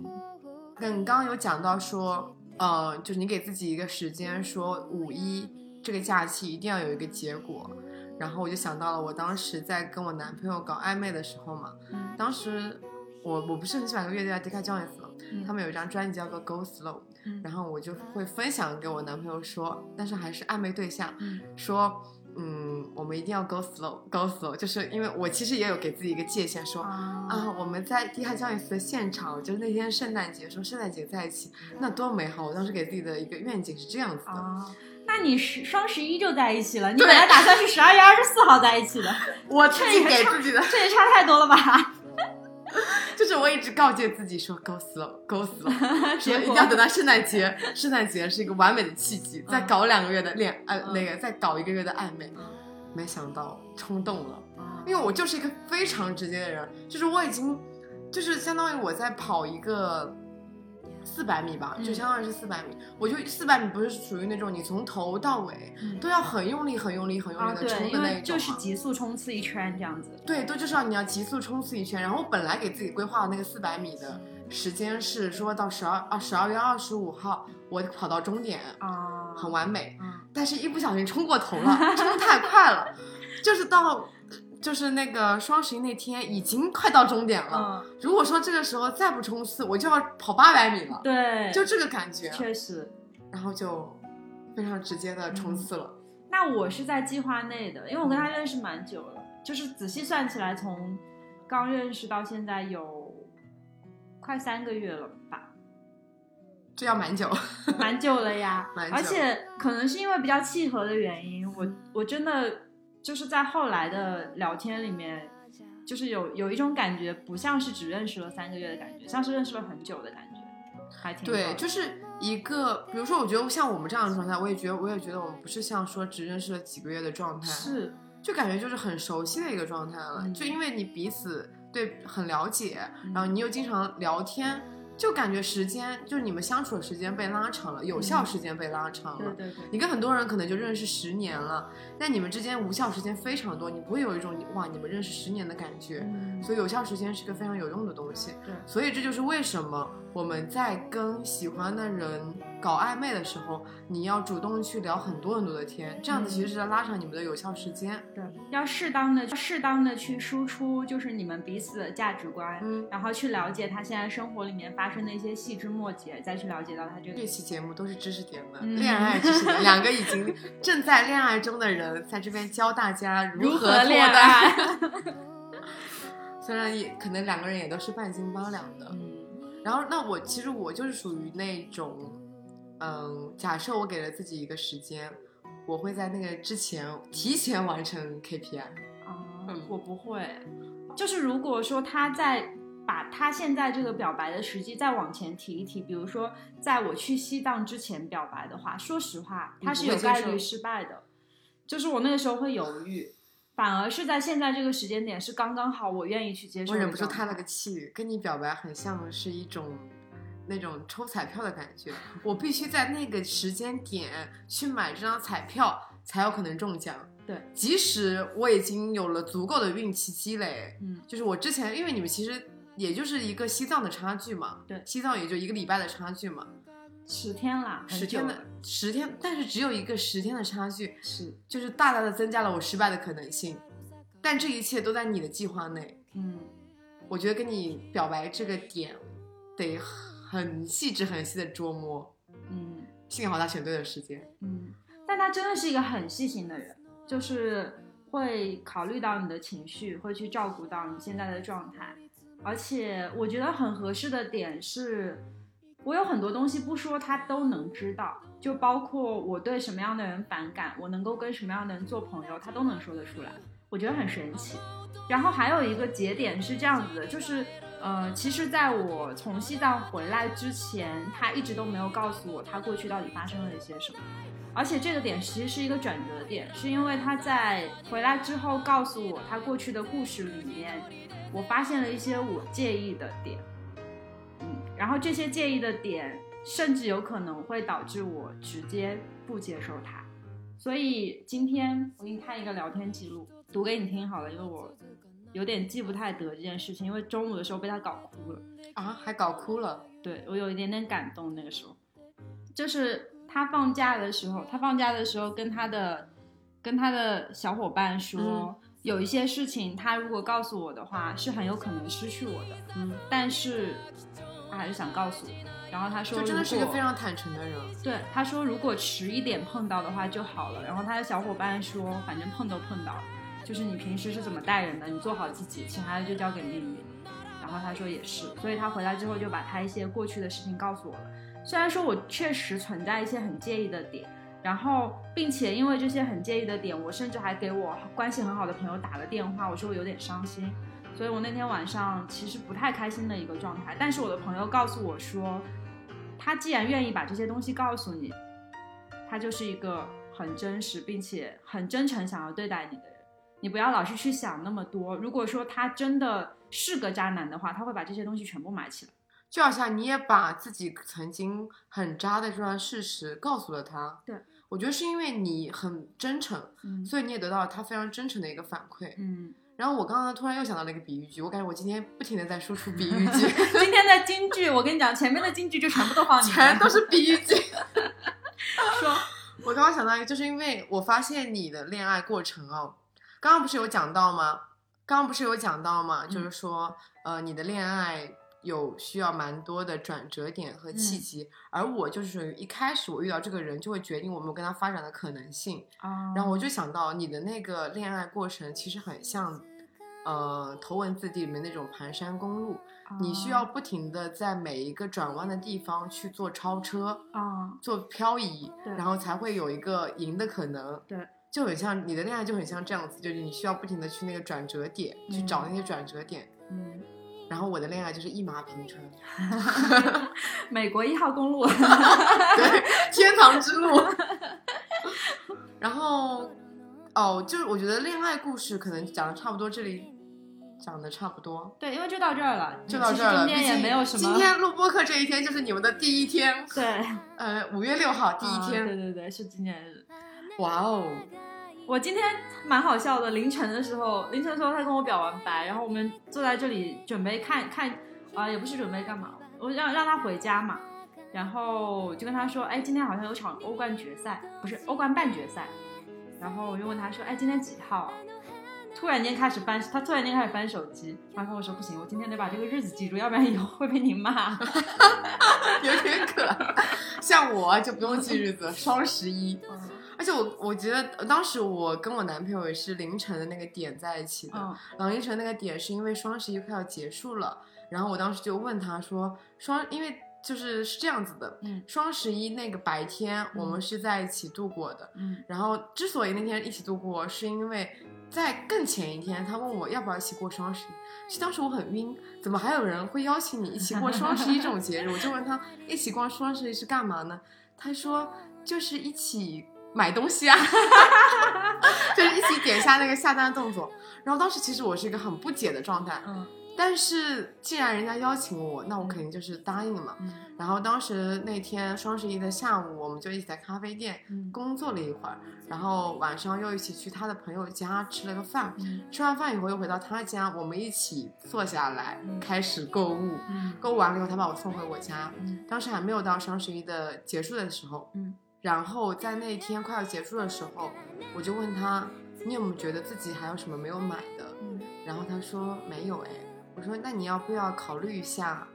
Speaker 2: 那你刚刚有讲到说，呃，就是你给自己一个时间，说五一这个假期一定要有一个结果。然后我就想到了我当时在跟我男朋友搞暧昧的时候嘛，
Speaker 1: 嗯
Speaker 2: 当时我我不是很喜欢个乐队叫 d e c a j o n e s 嘛，
Speaker 1: 嗯
Speaker 2: 他们有一张专辑叫做《Go Slow》，
Speaker 1: 嗯
Speaker 2: 然后我就会分享给我男朋友说，但是还是暧昧对象，
Speaker 1: 嗯
Speaker 2: 说，嗯，我们一定要 Go Slow，Go Slow，就是因为我其实也有给自己一个界限，说
Speaker 1: 啊，
Speaker 2: 啊，我们在地下教育的现场，就是那天圣诞节说圣诞节在一起，那多美好！我当时给自己的一个愿景是这样子的，
Speaker 1: 哦，那你十双十一就在一起了？你
Speaker 2: 对
Speaker 1: 本来打算是十二月二十四号在一起 的，
Speaker 2: 我自己给自己的，
Speaker 1: 这也差太多了 吧？
Speaker 2: 就是我一直告诫自己说 go slow，go slow，说
Speaker 1: 结
Speaker 2: 一定
Speaker 1: 果
Speaker 2: 要等到圣诞节，圣诞节是一个完美的契机，再
Speaker 1: 嗯
Speaker 2: 搞两个月的恋爱，
Speaker 1: 嗯
Speaker 2: 那个再搞一个月的暧昧，没想到冲动了。因为我就是一个非常直接的人，就是我已经，就是相当于我在跑一个四百米吧，
Speaker 1: 嗯
Speaker 2: 就相当于是四百米。我就四百米不是属于那种你从头到尾
Speaker 1: 嗯
Speaker 2: 都要很用力、很用力、很用
Speaker 1: 啊，
Speaker 2: 力的
Speaker 1: 对，
Speaker 2: 冲的
Speaker 1: 因
Speaker 2: 那
Speaker 1: 为
Speaker 2: 一种、
Speaker 1: 就是
Speaker 2: 嘛。
Speaker 1: 急速冲刺一圈这样子。
Speaker 2: 对，都就是要你要急速冲刺一圈。然后我本来给自己规划的那个四百米的时间是说到十二啊十二月二十五号我跑到终点，
Speaker 1: 啊，
Speaker 2: 很完美。
Speaker 1: 嗯
Speaker 2: 但是一不小心冲过头了，冲得太快了，就是到就是那个双十一那天已经快到终点了。
Speaker 1: 嗯，
Speaker 2: 如果说这个时候再不冲刺，我就要跑八百米了，
Speaker 1: 对，
Speaker 2: 就这个感觉。
Speaker 1: 确嗯实。
Speaker 2: 然后就非常直接的冲刺了，
Speaker 1: 那我是在计划内的，因为我跟他认识蛮久了，就是仔细算起来，从刚认识到现在有快三个月了吧，
Speaker 2: 这要蛮久，
Speaker 1: 蛮久了呀
Speaker 2: 蛮。久嗯
Speaker 1: 而且可能是因为比较契合的原因，我我真的就是在后来的聊天里面，就是有有一种感觉，不像是只认识了三个月的感觉，像是认识了很久的感觉，还挺好
Speaker 2: 对，
Speaker 1: 的
Speaker 2: 就是一个，比如说，我觉得像我们这样的状态，我也觉得，我也觉得我们不是像说只认识了几个月的
Speaker 1: 嗯
Speaker 2: 状态，
Speaker 1: 是
Speaker 2: 就感觉就是很熟悉的一个状态了，
Speaker 1: 嗯
Speaker 2: 就因为你彼此对很了解，
Speaker 1: 嗯
Speaker 2: 然后你又经常聊天，就感觉时间就是你们相处的时间被拉长了，有效
Speaker 1: 嗯
Speaker 2: 时间被拉长了。
Speaker 1: 对对对，
Speaker 2: 你跟很多人可能就认识十年了，但你们之间无效时间非常多，你不会有一种你哇你们认识十年的感觉。
Speaker 1: 嗯
Speaker 2: 所以有效时间是个非常有用的东西。
Speaker 1: 对
Speaker 2: 所以这就是为什么我们在跟喜欢的人搞暧昧的时候，你要主动去聊很多很多的天，这样子
Speaker 1: 嗯
Speaker 2: 其实是在拉长你们的有效时间。
Speaker 1: 对，要适当的适当的去输出，就是你们彼此的价值观，
Speaker 2: 嗯，
Speaker 1: 然后去了解他现在生活里面发生的一些细枝末节，再去了解到他这个
Speaker 2: 这期节目都是知识点的，
Speaker 1: 嗯
Speaker 2: 恋爱知识点，两个已经正在恋爱中的人在这边教大家
Speaker 1: 如
Speaker 2: 何
Speaker 1: 何
Speaker 2: 脱
Speaker 1: 恋
Speaker 2: 单。
Speaker 1: 爱。
Speaker 2: 虽然也可能两个人也都是半斤八两的，
Speaker 1: 嗯
Speaker 2: 然后，那我其实我就是属于那种，嗯，假设我给了自己一个时间，我会在那个之前提前完成 KPI。
Speaker 1: 啊
Speaker 2: 嗯
Speaker 1: 我不会，就是如果说他在。把他现在这个表白的时机再往前提一提，比如说在我去西藏之前表白的话，说实话，
Speaker 2: 你
Speaker 1: 他
Speaker 2: 不
Speaker 1: 是
Speaker 2: 会
Speaker 1: 有
Speaker 2: 接
Speaker 1: 概
Speaker 2: 受
Speaker 1: 率失败的。就是我那个时候会犹豫，反而是在现在这个时间点是刚刚好，我愿意去接受
Speaker 2: 我
Speaker 1: 的状态。
Speaker 2: 忍不住叹了个气，跟你表白很像是一种那种抽彩票的感觉，我必须在那个时间点去买这张彩票，才有可能中奖。
Speaker 1: 对，
Speaker 2: 即使我已经有了足够的运气积累，
Speaker 1: 嗯，
Speaker 2: 就是我之前，因为你们其实也就是一个西藏的差距嘛，
Speaker 1: 对
Speaker 2: 西藏也就一个礼拜的差距嘛，
Speaker 1: 十天啦，很
Speaker 2: 十天
Speaker 1: 久
Speaker 2: 的
Speaker 1: 了
Speaker 2: 十天，但是只有一个十天的差距，
Speaker 1: 是，
Speaker 2: 就是大大的增加了我失败的可能性。但这一切都在你的计划内。
Speaker 1: 嗯，
Speaker 2: 我觉得跟你表白这个点，得很细致、很细的琢磨。
Speaker 1: 嗯
Speaker 2: 幸好他选对了时间。
Speaker 1: 嗯，但他真的是一个很细心的人，就是会考虑到你的情绪，会去照顾到你现在的状态，而且我觉得很合适的点是，我有很多东西不说他都能知道，就包括我对什么样的人反感，我能够跟什么样的人做朋友，他都能说得出来，我觉得很神奇。然后还有一个节点是这样子的，就是呃，其实在我从西藏回来之前，他一直都没有告诉我他过去到底发生了一些什么。而且这个点其实是一个转折点，是因为他在回来之后告诉我他过去的故事里面，我发现了一些我介意的点，嗯，然后这些介意的点甚至有可能会导致我直接不接受他。所以今天我给你看一个聊天记录，读给你听好了，因为我有点记不太得这件事情，因为中午的时候被他搞哭了。
Speaker 2: 啊，还搞哭了，
Speaker 1: 对我有一点点感动。那个时候，就是他放假的时候，他放假的时候跟他的跟他的小伙伴
Speaker 2: 嗯
Speaker 1: 说，有一些事情他如果告诉我的话，是很有可能失去我的，
Speaker 2: 嗯，
Speaker 1: 但是他还是想告诉我。然后他说，
Speaker 2: 就真的是一个
Speaker 1: 如果
Speaker 2: 非常坦诚的人。
Speaker 1: 对，他说如果迟一点碰到的话就好了。然后他的小伙伴说，反正碰都碰到了，就是你平时是怎么待人的，你做好自己，其他的就交给命运。然后他说也是，所以他回来之后就把他一些过去的事情告诉我了。虽然说我确实存在一些很介意的点，然后并且因为这些很介意的点，我甚至还给我关系很好的朋友打了电话，我说我有点伤心，所以我那天晚上其实不太开心的一个状态。但是我的朋友告诉我说，他既然愿意把这些东西告诉你，他就是一个很真实并且很真诚想要对待你的人。你不要老是去想那么多。如果说他真的是个渣男的话，他会把这些东西全部埋起来。
Speaker 2: 就好像你也把自己曾经很渣的这段事实告诉了他。
Speaker 1: 对，
Speaker 2: 我觉得是因为你很真诚，
Speaker 1: 嗯
Speaker 2: 所以你也得到了他非常真诚的一个反馈。
Speaker 1: 嗯，
Speaker 2: 然后我刚刚突然又想到了一个比喻句，我感觉我今天不停的在输 出 比
Speaker 1: 哦
Speaker 2: 喻句，
Speaker 1: 今天的金句，我跟你讲，前面的金句就全部都放你那儿，
Speaker 2: 全都是比喻句。
Speaker 1: 说，
Speaker 2: 我刚刚想到一个，就是因为我发现你的恋爱过程哦，刚刚不是有讲到吗？刚刚不是有讲到吗？
Speaker 1: 嗯
Speaker 2: 就是说，呃，你的恋爱有需要蛮多的转折点和契机，而我就是属于一开始我遇到这个人就会决定我们跟他发展的可能性，
Speaker 1: 啊
Speaker 2: 然后我就想到你的那个恋爱过程其实很像呃头文字 D 里面那种盘山公路，你
Speaker 1: 哦
Speaker 2: 需要不停的在每一个转弯的地方去做超车、
Speaker 1: 啊，
Speaker 2: 做漂移，
Speaker 1: 对
Speaker 2: 然后才会有一个赢的可能。
Speaker 1: 对，
Speaker 2: 就很像你的恋爱就很像这样子，就是你需要不停的去那个转折点，去找那些转折点。
Speaker 1: 嗯，
Speaker 2: 然后我的恋爱就是一马 平川，
Speaker 1: 美国一号 公路，
Speaker 2: 对，天堂之 路。然后，哦，就是我觉得恋爱故事可能讲的差不多，这里讲的差不多，
Speaker 1: 对，因为就到这儿了，
Speaker 2: 就到这儿
Speaker 1: 嗯
Speaker 2: 了。
Speaker 1: 其实
Speaker 2: 毕
Speaker 1: 中间
Speaker 2: 竟
Speaker 1: 也没有什么，
Speaker 2: 今天录播课这一天就是你们的第一天，
Speaker 1: 对，
Speaker 2: 呃，五月六 号第一
Speaker 1: 啊对
Speaker 2: 天，
Speaker 1: 对对，是纪念日。
Speaker 2: 哇哦，
Speaker 1: 我今天蛮好笑的，凌晨的时候，凌晨的时候他跟我表完白，然后我们坐在这里准备看看，啊、也不是准备干嘛，我让让他回家嘛，然后我就跟他说，哎，今天好像有场欧冠决赛，不是欧冠半决赛，然后我就问他说，哎，今天几号啊？突然间开始翻，他突然间开始翻手机，他跟我说不行，我今天得把这个日子记住，要不然以后会被你骂。
Speaker 2: 有点可爱。像我啊就不用记日子，双十一。
Speaker 1: 嗯
Speaker 2: 而且我我觉得当时我跟我男朋友也是凌晨的那个点在一起的，
Speaker 1: 嗯
Speaker 2: 然后凌晨那个点是因为双十一快要结束了，然后我当时就问他说双，因为就是是这样子的，
Speaker 1: 嗯
Speaker 2: 双十一那个白天我们是在一起度过的，
Speaker 1: 嗯
Speaker 2: 然后之所以那天一起度过，是因为在更前一天他问我要不要一起过双十一，是当时我很晕，怎么还有人会邀请你一起过双十一这种节日？我就问他一起逛双十一是干嘛呢？他说就是一起买东西啊， 就是一起点下那个下单的动作。然后当时其实我是一个很不解的状态，
Speaker 1: 嗯
Speaker 2: 但是既然人家邀请我，那我肯定就是答应了嘛。
Speaker 1: 嗯
Speaker 2: 然后当时那天双十一的下午，我们就一起在咖啡店
Speaker 1: 嗯
Speaker 2: 工作了一会儿，然后晚上又一起去他的朋友家吃了个饭。
Speaker 1: 嗯
Speaker 2: 吃完饭以后又回到他家，我们一起坐下来
Speaker 1: 嗯
Speaker 2: 开始购物。
Speaker 1: 嗯
Speaker 2: 购物完了以后，他把我送回我家，
Speaker 1: 嗯
Speaker 2: 当时还没有到双十一的结束的时候。
Speaker 1: 嗯
Speaker 2: 然后在那天快要结束的时候，我就问他，你有没有觉得自己还有什么没有买的？
Speaker 1: 嗯
Speaker 2: 然后他说没有哎，我说那你要不要考虑一下，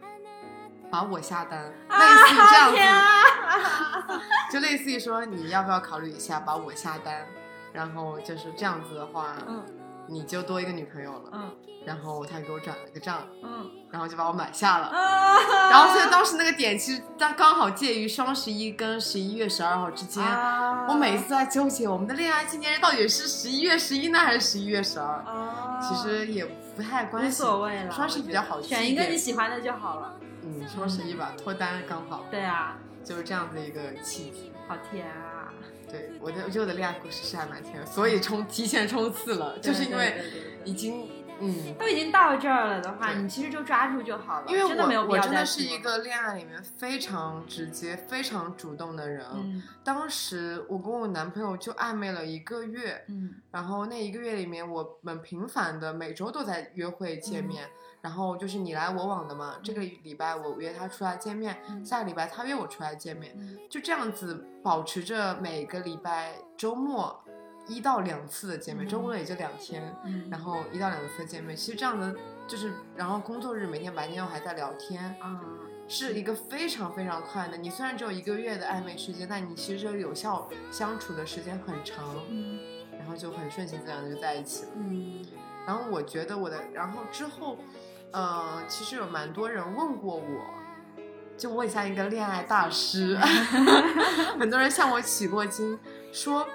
Speaker 2: 把我下单，类似于这样子，
Speaker 1: 天啊
Speaker 2: 就类似于说你要不要考虑一下把我下单，然后就是这样子的话，
Speaker 1: 嗯
Speaker 2: 你就多一个女朋友了。
Speaker 1: 嗯
Speaker 2: 然后他给我转了个账，
Speaker 1: 嗯。
Speaker 2: 然后就把我买下了。
Speaker 1: 啊！
Speaker 2: 然后所以当时那个点其实刚刚好介于双十一跟十一月十二号之间。
Speaker 1: 啊
Speaker 2: 我每一次在纠结我们的恋爱纪念日到底是十一月十一呢还是十一月十二，
Speaker 1: 啊，
Speaker 2: 其实也不太关
Speaker 1: 无
Speaker 2: 系。
Speaker 1: 所谓了，
Speaker 2: 双十一比较好
Speaker 1: 我
Speaker 2: 记
Speaker 1: 觉得选一个
Speaker 2: 点
Speaker 1: 你喜欢的就好了。
Speaker 2: 嗯，双十一吧，脱单刚好，
Speaker 1: 对啊，
Speaker 2: 就是这样的一个契机。
Speaker 1: 好甜啊！
Speaker 2: 对我的，我觉得我的恋爱故事是还蛮甜的，所以冲提前冲刺了，就是因
Speaker 1: 对
Speaker 2: 为
Speaker 1: 对对对对
Speaker 2: 已经嗯，
Speaker 1: 都已经到这儿了的话，
Speaker 2: 对
Speaker 1: 你其实就抓住就好了，
Speaker 2: 因为
Speaker 1: 哦真的没有
Speaker 2: 我
Speaker 1: 必
Speaker 2: 我
Speaker 1: 要
Speaker 2: 真
Speaker 1: 再
Speaker 2: 的是
Speaker 1: 去
Speaker 2: 一个恋爱里面非常直接、非常主动的人。
Speaker 1: 嗯
Speaker 2: 当时我跟我男朋友就暧昧了一个月，
Speaker 1: 嗯
Speaker 2: 然后那一个月里面，我们频繁的每周都在约会见
Speaker 1: 嗯
Speaker 2: 面，然后就是你来我往的嘛。这个礼拜我约他出来见面，
Speaker 1: 嗯
Speaker 2: 下个礼拜他约我出来见面。
Speaker 1: 嗯
Speaker 2: 就这样子保持着每个礼拜周末一到两次的见面，
Speaker 1: 嗯
Speaker 2: 周末也就两天，
Speaker 1: 嗯，
Speaker 2: 然后一到两次的见面，其实这样的就是，然后工作日每天白天又还在聊天，
Speaker 1: 啊，
Speaker 2: 是一个非常非常快的。你虽然只有一个月的暧昧时间，但你其实有效相处的时间很长，
Speaker 1: 嗯
Speaker 2: 然后就很顺其自然的就在一起了。
Speaker 1: 嗯
Speaker 2: 然后我觉得我的，然后之后，呃，其实有蛮多人问过我，就我很像一个恋爱大师， 很多人向我取过经，说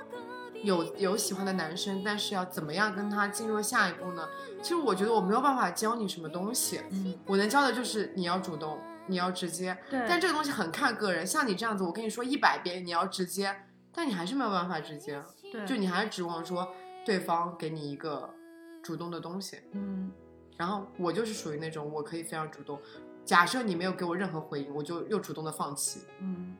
Speaker 2: 有有喜欢的男生，但是要怎么样跟他进入下一步呢？其实我觉得我没有办法教你什么东西，
Speaker 1: 嗯，
Speaker 2: 我能教的就是你要主动，你要直接，
Speaker 1: 对，
Speaker 2: 但这个东西很看个人。像你这样子，我跟你说一百遍你要直接，但你还是没有办法直接。
Speaker 1: 对
Speaker 2: 就你还是指望说对方给你一个主动的东西。
Speaker 1: 嗯
Speaker 2: 然后我就是属于那种我可以非常主动，假设你没有给我任何回应，我就又主动的放弃。
Speaker 1: 嗯，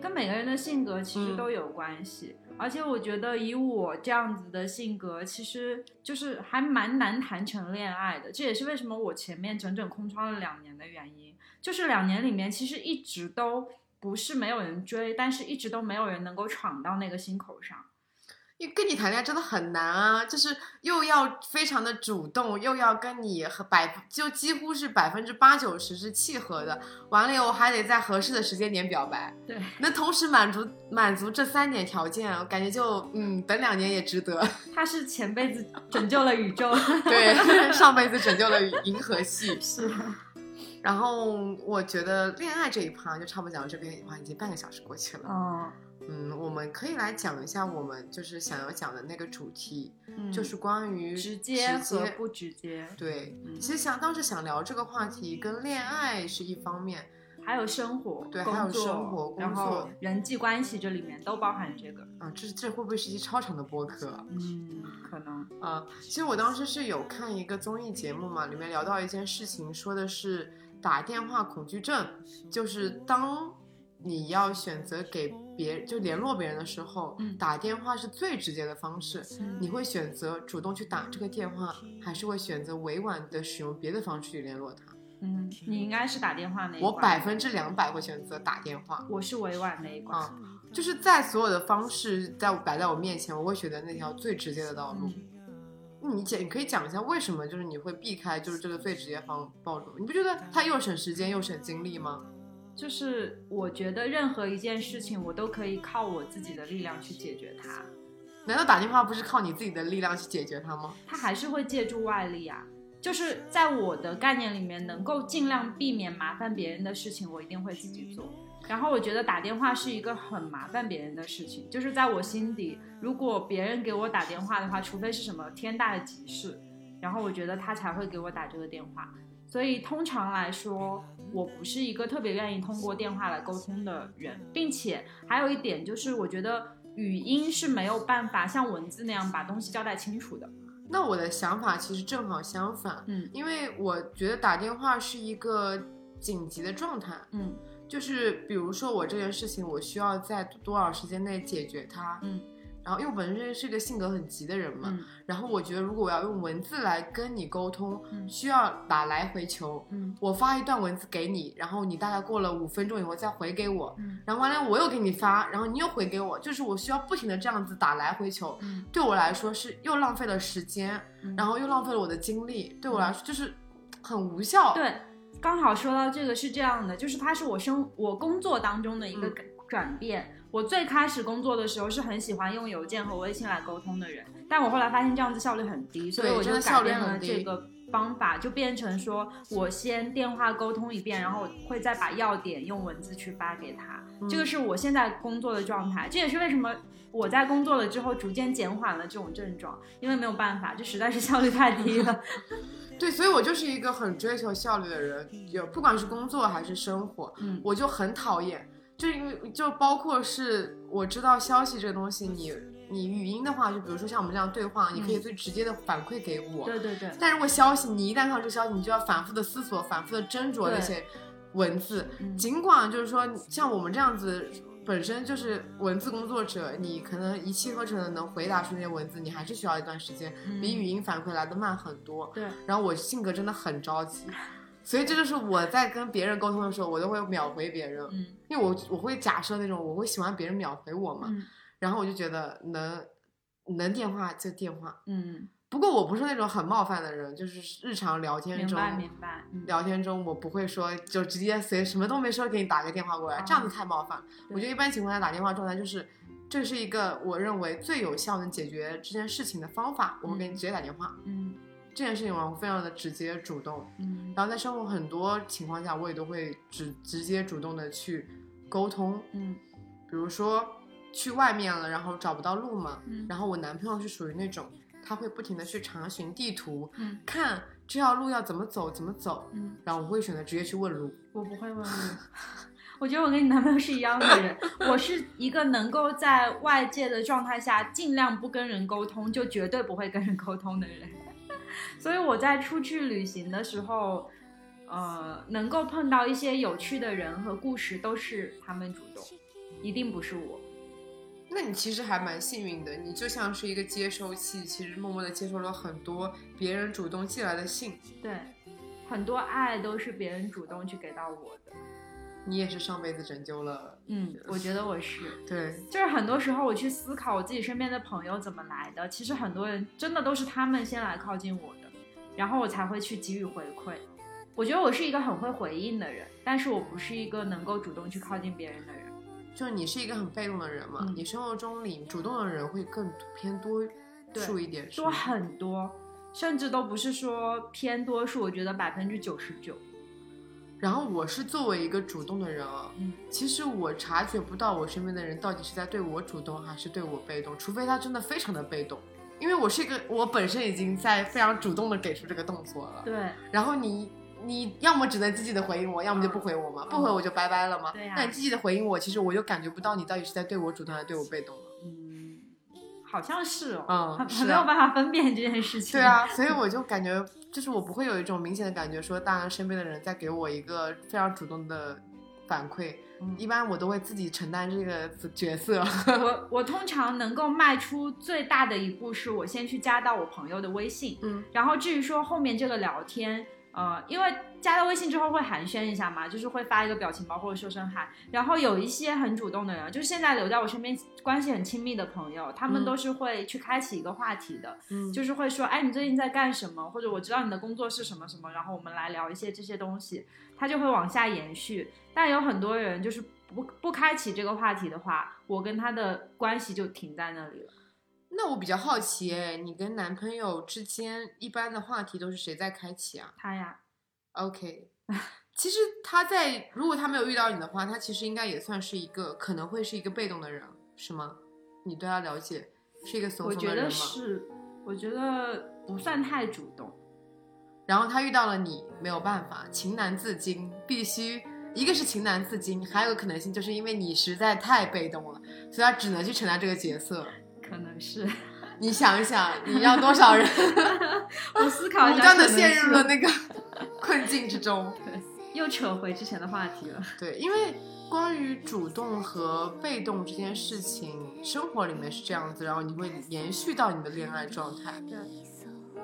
Speaker 1: 跟每个人的性格其实
Speaker 2: 嗯
Speaker 1: 都有关系，而且我觉得以我这样子的性格，其实就是还蛮难谈成恋爱的。这也是为什么我前面整整空窗了两年的原因，就是两年里面其实一直都不是没有人追，但是一直都没有人能够闯到那个心口上。
Speaker 2: 因为跟你谈恋爱真的很难啊，就是又要非常的主动，又要跟你和百就几乎是百分之八九十是契合的，完了以后还得在合适的时间点表白，
Speaker 1: 对，
Speaker 2: 能同时满足满足这三点条件，啊我感觉就嗯，等两年也值得。
Speaker 1: 他是前辈子拯救了宇宙，
Speaker 2: 对，上辈子拯救了银河系。
Speaker 1: 是
Speaker 2: 然后我觉得恋爱这一趴就差不多讲到这边，哇，已经半个小时过去了。
Speaker 1: 嗯，
Speaker 2: 嗯，我们可以来讲一下我们就是想要讲的那个主题，
Speaker 1: 嗯
Speaker 2: 就是关于
Speaker 1: 直接
Speaker 2: 直
Speaker 1: 和
Speaker 2: 接
Speaker 1: 不直接，
Speaker 2: 对，
Speaker 1: 嗯
Speaker 2: 其实想当时想聊这个话题，跟恋爱是一方面，
Speaker 1: 还有生活，
Speaker 2: 对
Speaker 1: 工
Speaker 2: 还有
Speaker 1: 作
Speaker 2: 生活工
Speaker 1: 然后
Speaker 2: 作
Speaker 1: 人际关系这里面都包含这个，
Speaker 2: 啊，这这会不会是一期超长的播客啊
Speaker 1: 嗯，可能，
Speaker 2: 啊？其实我当时是有看一个综艺节目嘛，里面聊到一件事情，说的是打电话恐惧症，就是当你要选择给别就联络别人的时候，
Speaker 1: 嗯
Speaker 2: 打电话是最直接的方式。
Speaker 1: 嗯
Speaker 2: 你会选择主动去打这个电话，还是会选择委婉的使用别的方式去联络他？
Speaker 1: 嗯，你应该是打电话那一
Speaker 2: 我
Speaker 1: 关
Speaker 2: 百分之两百会选择打电话。
Speaker 1: 我是委婉那一关，
Speaker 2: 啊，就是在所有的方式在我摆在我面前，我会选择那条最直接的道路。
Speaker 1: 嗯
Speaker 2: 你讲，你可以讲一下为什么就是你会避开就是这个最直接
Speaker 1: 嗯
Speaker 2: 方道路？你不觉得它又省时间又省精力吗？
Speaker 1: 就是我觉得任何一件事情，我都可以靠我自己的力量去解决它，
Speaker 2: 难道打电话不是靠你自己的力量去解决它吗？
Speaker 1: 它还是会借助外力啊。就是在我的概念里面，能够尽量避免麻烦别人的事情，我一定会自己做。然后我觉得打电话是一个很麻烦别人的事情，就是在我心底，如果别人给我打电话的话，除非是什么天大的急事，然后我觉得他才会给我打这个电话。所以通常来说，我不是一个特别愿意通过电话来沟通的人，并且还有一点就是，我觉得语音是没有办法像文字那样把东西交代清楚的。
Speaker 2: 那我的想法其实正好相反，
Speaker 1: 嗯
Speaker 2: 因为我觉得打电话是一个紧急的状态，
Speaker 1: 嗯
Speaker 2: 就是比如说我这件事情，我需要在多少时间内解决它。
Speaker 1: 嗯
Speaker 2: 然后因为我本身是一个性格很急的人嘛，
Speaker 1: 嗯
Speaker 2: 然后我觉得，如果我要用文字来跟你沟通，
Speaker 1: 嗯
Speaker 2: 需要打来回球。
Speaker 1: 嗯
Speaker 2: 我发一段文字给你，然后你大概过了五分钟以后再回给我，
Speaker 1: 嗯
Speaker 2: 然后完了我又给你发，然后你又回给我，就是我需要不停的这样子打来回球。
Speaker 1: 嗯，
Speaker 2: 对我来说是又浪费了时间，然后又浪费了我的精力，对我来说就是很无效。
Speaker 1: 对，刚好说到这个是这样的，就是它是我生我工作当中的一个
Speaker 2: 嗯
Speaker 1: 改转变。我最开始工作的时候是很喜欢用邮件和微信来沟通的人，但我后来发现这样子效率很低，所以
Speaker 2: 对
Speaker 1: 我就
Speaker 2: 真的
Speaker 1: 改
Speaker 2: 效率
Speaker 1: 变
Speaker 2: 很
Speaker 1: 了这
Speaker 2: 低
Speaker 1: 个方法，就变成说我先电话沟通一遍，然后我会再把要点用文字去发给他。
Speaker 2: 嗯
Speaker 1: 这个是我现在工作的状态，这也是为什么我在工作了之后逐渐减缓了这种症状，因为没有办法，这实在是效率太低 了。
Speaker 2: 对，所以我就是一个很追求效率的人，有不管是工作还是生活，
Speaker 1: 嗯
Speaker 2: 我就很讨厌，就因为就包括是我知道消息这个东西，你你语音的话，就比如说像我们这样对话，你可以最直接的反馈给我。
Speaker 1: 对对对，
Speaker 2: 但如果消息，你一旦看到这个消息，你就要反复的思索，反复的斟酌
Speaker 1: 对
Speaker 2: 那些文字。
Speaker 1: 嗯
Speaker 2: 尽管就是说，像我们这样子。本身就是文字工作者，你可能一气呵成的能回答出那些文字，你还是需要一段时间，比
Speaker 1: 嗯
Speaker 2: 语音反馈来的慢很多。
Speaker 1: 对。
Speaker 2: 然后我性格真的很着急，所以这就是我在跟别人沟通的时候，我都会秒回别人，
Speaker 1: 嗯
Speaker 2: 因为我我会假设那种我会喜欢别人秒回我嘛，
Speaker 1: 嗯
Speaker 2: 然后我就觉得能能电话就电话。
Speaker 1: 嗯，
Speaker 2: 不过我不是那种很冒犯的人，就是日常聊天
Speaker 1: 明
Speaker 2: 中，
Speaker 1: 白明白，嗯，
Speaker 2: 聊天中我不会说就直接随什么都没说给你打个电话过来，这样子太冒犯
Speaker 1: 啊
Speaker 2: 了。
Speaker 1: 对
Speaker 2: 我觉得一般情况下打电话状态就是，这是一个我认为最有效能解决这件事情的方法，我会给你直接打电话。
Speaker 1: 嗯
Speaker 2: 这件事情我非常的直接主动，
Speaker 1: 嗯
Speaker 2: 然后在生活很多情况下，我也都会直直接主动的去沟通，
Speaker 1: 嗯
Speaker 2: 比如说去外面了，然后找不到路嘛，
Speaker 1: 嗯
Speaker 2: 然后我男朋友是属于那种他会不停的去查询地图，
Speaker 1: 嗯
Speaker 2: 看这条路要怎么走怎么走，
Speaker 1: 嗯，
Speaker 2: 然后我会选择直接去问路，
Speaker 1: 我不会问你。 我觉得我跟你男朋友是一样的人，我是一个能够在外界的状态下尽量不跟人沟通，就绝对不会跟人沟通的人。 所以我在出去旅行的时候，呃，能够碰到一些有趣的人和故事，都是他们主动，一定不是我。
Speaker 2: 那你其实还蛮幸运的，你就像是一个接收器，其实默默的接收了很多别人主动寄来的信。
Speaker 1: 对，很多爱都是别人主动去给到我的。
Speaker 2: 你也是上辈子拯救了，
Speaker 1: 嗯，我觉得我是。
Speaker 2: 对，
Speaker 1: 就是很多时候我去思考我自己身边的朋友怎么来的，其实很多人真的都是他们先来靠近我的，然后我才会去给予回馈。我觉得我是一个很会回应的人，但是我不是一个能够主动去靠近别人的人。
Speaker 2: 就是你是一个很被动的人嘛，
Speaker 1: 嗯
Speaker 2: 你生活中里主动的人会更偏多
Speaker 1: 对
Speaker 2: 数一点，是
Speaker 1: 多
Speaker 2: 吗
Speaker 1: 很多，甚至都不是说偏多数，我觉得百分之九十九。
Speaker 2: 然后我是作为一个主动的人啊，
Speaker 1: 嗯
Speaker 2: 其实我察觉不到我身边的人到底是在对我主动还是对我被动，除非他真的非常的被动，因为我是一个我本身已经在非常主动的给出这个动作了，
Speaker 1: 对，
Speaker 2: 然后你你要么只能积极的回应我，要么就不回我嘛，不回我就拜拜了嘛。
Speaker 1: 嗯对呀
Speaker 2: 那你积极的回应我，其实我就感觉不到你到底是在对我主动还是对我被动了。
Speaker 1: 嗯，好像是哦，
Speaker 2: 嗯
Speaker 1: 很
Speaker 2: 是
Speaker 1: 很
Speaker 2: 啊
Speaker 1: 没有办法分辨这件事情。
Speaker 2: 对，啊，所以我就感觉，就是我不会有一种明显的感觉，说大家身边的人在给我一个非常主动的反馈。
Speaker 1: 嗯
Speaker 2: 一般我都会自己承担这个角色。
Speaker 1: 我我通常能够迈出最大的一步，是我先去加到我朋友的微信，
Speaker 2: 嗯，
Speaker 1: 然后至于说后面这个聊天，呃，因为加了微信之后会寒暄一下嘛，就是会发一个表情包或者说声嗨。然后有一些很主动的人，就是现在留在我身边关系很亲密的朋友，他们
Speaker 2: 嗯
Speaker 1: 都是会去开启一个话题的，
Speaker 2: 嗯
Speaker 1: 就是会说，哎，你最近在干什么？或者我知道你的工作是什么什么，然后我们来聊一些这些东西，它就会往下延续。但有很多人就是不不开启这个话题的话，我跟他的关系就停在那里了。
Speaker 2: 那我比较好奇，哎，你跟男朋友之间一般的话题都是谁在开启啊
Speaker 1: 他呀，
Speaker 2: ？OK，其实他在如果他没有遇到你的话，他其实应该也算是一个可能会是一个被动的人，是吗？你对他了解是一个怂
Speaker 1: 我
Speaker 2: 怂
Speaker 1: 觉
Speaker 2: 的
Speaker 1: 得
Speaker 2: 人吗？
Speaker 1: 是，我觉得不算太主动。
Speaker 2: 然后他遇到了你，没有办法，情难自禁，必须一个是情难自禁，还有个可能性就是因为你实在太被动了，所以他只能去承担这个角色。
Speaker 1: 可能 是
Speaker 2: 你想一想，你让多 少人
Speaker 1: 我思 考一
Speaker 2: 无
Speaker 1: 下，
Speaker 2: 端
Speaker 1: 可
Speaker 2: 的
Speaker 1: 能
Speaker 2: 陷入
Speaker 1: 是
Speaker 2: 了那个困境之中？
Speaker 1: 又扯回之前的话题了。
Speaker 2: 对，因为关于主动和被动这件事情，生活里面是这样子，然后你会延续到你的恋爱状态。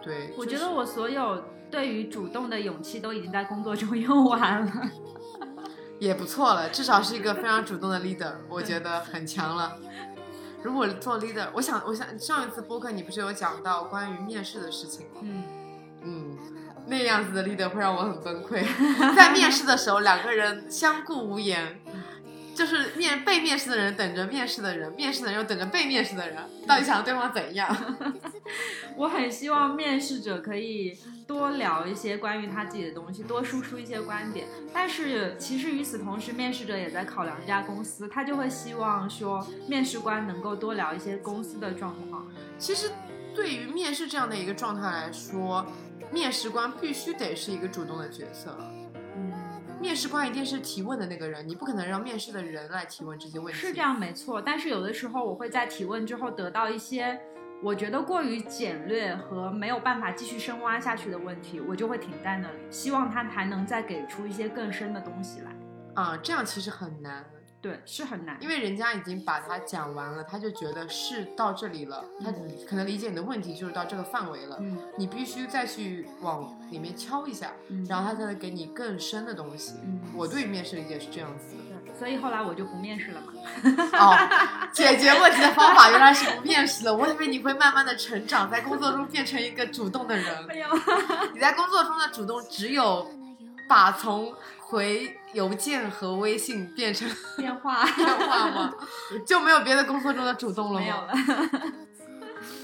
Speaker 2: 对，
Speaker 1: 我
Speaker 2: 就
Speaker 1: 觉
Speaker 2: 是
Speaker 1: 得我所有对于主动的勇气都已经在工作中用完了。
Speaker 2: 也不错了，至少是一个非常主动的 leader，我觉得很强了。如果做 leader，我想，我想上一次播客你不是有讲到关于面试的事情吗？
Speaker 1: 嗯，
Speaker 2: 嗯，那样子的 leader 会让我很崩溃。在面试的时候，两个人相顾无言，就是面被面试的人等着面试的人，面试的人又等着被面试的人，到底想让对方怎样？
Speaker 1: 我很希望面试者可以多聊一些关于他自己的东西，多输出一些观点。但是其实与此同时，面试者也在考量这家公司，他就会希望说面试官能够多聊一些公司的状况。
Speaker 2: 其实，对于面试这样的一个状态来说，面试官必须得是一个主动的角色。
Speaker 1: 嗯，
Speaker 2: 面试官一定是提问的那个人，你不可能让面试的人来提问这些问题。
Speaker 1: 是这。样没错，但是有的时候我会在提问之后得到一些我觉得过于简略和没有办法继续深挖下去的问题，我就会停在那里，希望他还能再给出一些更深的东西来。
Speaker 2: 啊、这样其实很难，
Speaker 1: 对，是很难
Speaker 2: 因。为人家已经把它讲完了，他就觉得是到这里了，他
Speaker 1: 嗯
Speaker 2: 可能理解你的问题就是到这个范围了，
Speaker 1: 嗯
Speaker 2: 你必须再去往里面敲一下，
Speaker 1: 嗯，
Speaker 2: 然后他才能给你更深的东西。
Speaker 1: 嗯
Speaker 2: 我对面试理解是这样子的。
Speaker 1: 对所以后来我就不面试了嘛。
Speaker 2: 哦，解决问题的方法原来是不面试了，我以为你会慢慢的成长，在工作中变成一个主动的人。
Speaker 1: 没有，
Speaker 2: 你在工作中的主动只有把从回邮件和微信变成
Speaker 1: 电 话
Speaker 2: 电话吗？就没有别的工作中的主动了
Speaker 1: 没有
Speaker 2: 吗？
Speaker 1: 了。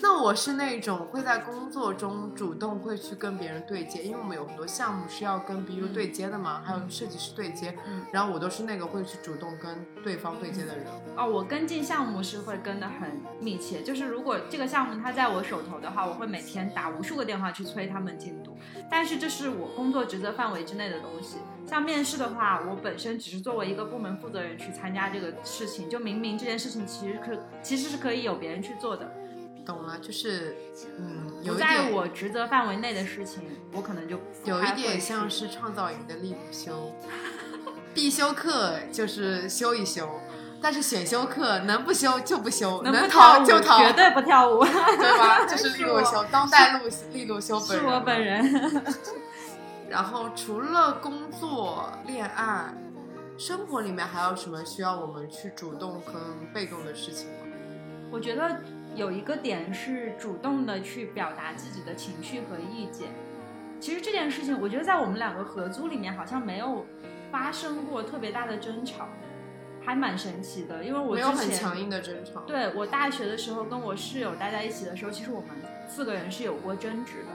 Speaker 2: 那我是那种会在工作中主动会去跟别人对接，因为我们有很多项目是要跟 BU 对接的嘛，还有设计师对接，
Speaker 1: 嗯
Speaker 2: 然后我都是那个会去主动跟对方对接的人。
Speaker 1: 哦，我跟进项目是会跟得很密切，就是如果这个项目它在我手头的话，我会每天打无数个电话去催他们进度。但是这是我工作职责范围之内的东西。像面试的话，我本身只是作为一个部门负责人去参加这个事情，就明明这件事情其实可其实是可以有别人去做的，
Speaker 2: 懂了，就是嗯，
Speaker 1: 不
Speaker 2: 有一
Speaker 1: 在
Speaker 2: 点
Speaker 1: 我职责范围内的事情，我可能就不
Speaker 2: 有一
Speaker 1: 太会
Speaker 2: 点
Speaker 1: 去
Speaker 2: 像是创造营的力不 修，必修课就是修一修，但是选修课能不修就不修，
Speaker 1: 能
Speaker 2: 能
Speaker 1: 不跳
Speaker 2: 逃
Speaker 1: 舞
Speaker 2: 就逃，
Speaker 1: 绝对不跳舞，
Speaker 2: 对 吧？就是利
Speaker 1: 是
Speaker 2: 路
Speaker 1: 我
Speaker 2: 修，当代路利路修本
Speaker 1: 是我本
Speaker 2: 人。
Speaker 1: 人。
Speaker 2: 然后除了工作、恋爱，生活里面还有什么需要我们去主动跟被动的事情吗？
Speaker 1: 我觉得有一个点是主动的去表达自己的情绪和意见。其实这件事情，我觉得在我们两个合租里面好像没有发生过特别大的争吵，还蛮神奇的。因为我之
Speaker 2: 没有很
Speaker 1: 前
Speaker 2: 强硬的争吵。
Speaker 1: 对我大学的时候跟我室友待在一起的时候，其实我们四个人是有过争执的。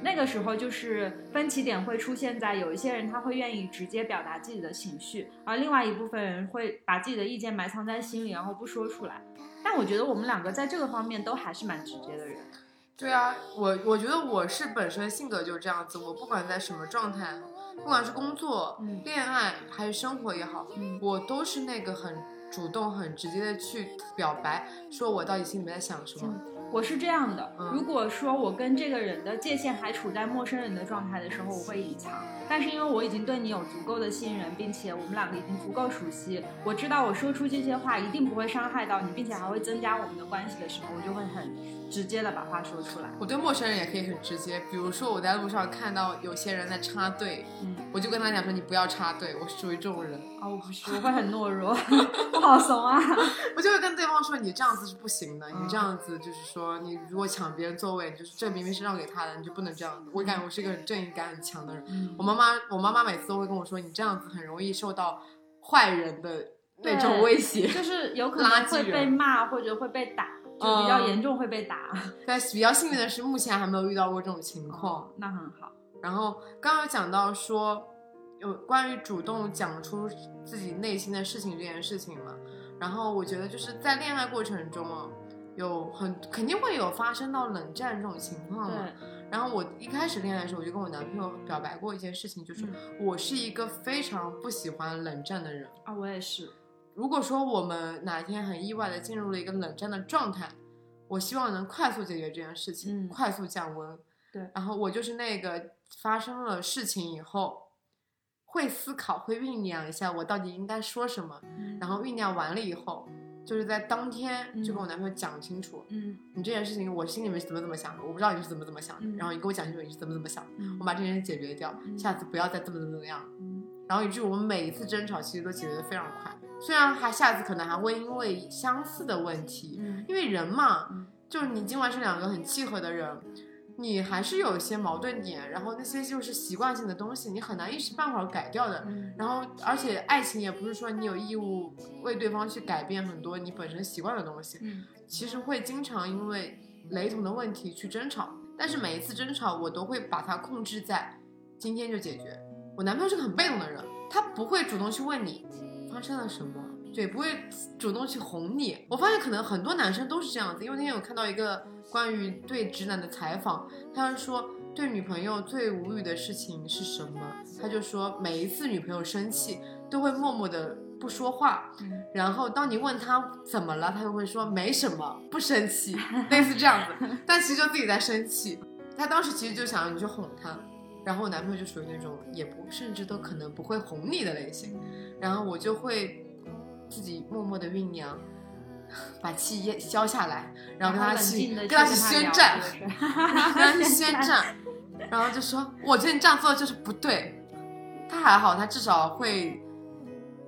Speaker 1: 那个时候就是分歧点会出现在有一些人他会愿意直接表达自己的情绪，而另外一部分人会把自己的意见埋藏在心里，然后不说出来。但我觉得我们两个在这个方面都还是蛮直接的人。
Speaker 2: 对啊，我我觉得我是本身性格就是这样子，我不管在什么状态，不管是工作、
Speaker 1: 嗯
Speaker 2: 恋爱还是生活也好，
Speaker 1: 嗯
Speaker 2: 我都是那个很主动、很直接的去表白，说我到底心里面在想什么。
Speaker 1: 我是这样的
Speaker 2: 嗯，
Speaker 1: 如果说我跟这个人的界限还处在陌生人的状态的时候，我会隐藏。但是因为我已经对你有足够的信任，并且我们两个已经足够熟悉，我知道我说出这些话一定不会伤害到你，并且还会增加我们的关系的时候，我就会很直接的把话说出来。
Speaker 2: 我对陌生人也可以很直接，比如说我在路上看到有些人在插队，
Speaker 1: 嗯，
Speaker 2: 我就跟他讲说你不要插队，哦我是属于这种人，
Speaker 1: 啊、我不是，我会很懦弱， 我好怂啊。
Speaker 2: 我就会跟对方说你这样子是不行的，
Speaker 1: 嗯
Speaker 2: 你这样子就是说你如果抢别人座位，就是这明明是让给他的，你就不能这样子。我感觉我
Speaker 1: 嗯
Speaker 2: 是一个很正义感很强的人。嗯我妈妈，我妈妈每次都会跟我说，你这样子很容易受到坏人的那种
Speaker 1: 对
Speaker 2: 威 胁，
Speaker 1: 就是有可
Speaker 2: 垃
Speaker 1: 能
Speaker 2: 圾
Speaker 1: 会被
Speaker 2: 人
Speaker 1: 骂或者会被打，就比较
Speaker 2: 嗯
Speaker 1: 严重会被打。
Speaker 2: 但比较幸运的是，目前还没有遇到过这种情况。
Speaker 1: 哦，那很好。
Speaker 2: 然后刚刚有讲到说，有关于主动讲出自己内心的事情这件事情嘛，然后我觉得就是在恋爱过程中啊，有很肯定会有发生到冷战这种情况嘛。
Speaker 1: 对，
Speaker 2: 然后我一开始恋爱的时候，我就跟我男朋友表白过一件事情，就是我是一个非常不喜欢冷战的人。
Speaker 1: 啊，我也是。
Speaker 2: 如果说我们哪一天很意外的进入了一个冷战的状态，我希望能快速解决这件事情，
Speaker 1: 嗯
Speaker 2: 快速降温。
Speaker 1: 对
Speaker 2: 然后我就是那个发生了事情以后，会思考，会酝酿一下我到底应该说什
Speaker 1: 嗯
Speaker 2: 么，然后酝酿完了以后，就是在当天就跟我男朋友讲清楚，
Speaker 1: 嗯，
Speaker 2: 你这件事情我心里面是怎么怎么想的，我不知道你是怎么怎么想的，
Speaker 1: 嗯
Speaker 2: 然后你跟我讲清楚你是怎么怎么想的，
Speaker 1: 嗯，
Speaker 2: 我把这件事解决掉，
Speaker 1: 嗯
Speaker 2: 下次不要再怎么怎么怎么样。
Speaker 1: 嗯
Speaker 2: 然后以至于我们每一次争吵其实都解决的非常快，虽然还下次可能还会因为相似的问题，
Speaker 1: 嗯
Speaker 2: 因为人嘛，
Speaker 1: 嗯
Speaker 2: 就是你尽管是两个很契合的人，你还是有一些矛盾点，然后那些就是习惯性的东西，你很难一时半会儿改掉的。
Speaker 1: 嗯
Speaker 2: 然后，而且爱情也不是说你有义务为对方去改变很多你本身习惯的东西，
Speaker 1: 嗯
Speaker 2: 其实会经常因为雷同的问题去争吵，但是每一次争吵我都会把它控制在今天就解决。我男朋友是个很被动的人，他不会主动去问你发生了什么，对，不会主动去哄你。我发现可能很多男生都是这样子，因为那天有看到一个关于对直男的采访，他是说对女朋友最无语的事情是什么？他就说每一次女朋友生气都会默默的不说话，
Speaker 1: 嗯
Speaker 2: 然后当你问他怎么了，他就会说没什么，不生气，类似这 样子，但其实就自己在生气。他当时其实就想让你去哄他，然后我男朋友就属于那种也不甚至都可能不会哄你的类型，然后我就会自己默默的酝酿，把气咽消下来，然后跟他
Speaker 1: 冷
Speaker 2: 去
Speaker 1: 静地
Speaker 2: 跟他去
Speaker 1: 去
Speaker 2: 宣
Speaker 1: 跟
Speaker 2: 战
Speaker 1: 他，聊
Speaker 2: 跟他去宣战，然后就说我觉得你这样做就是不对。他还好，他至少会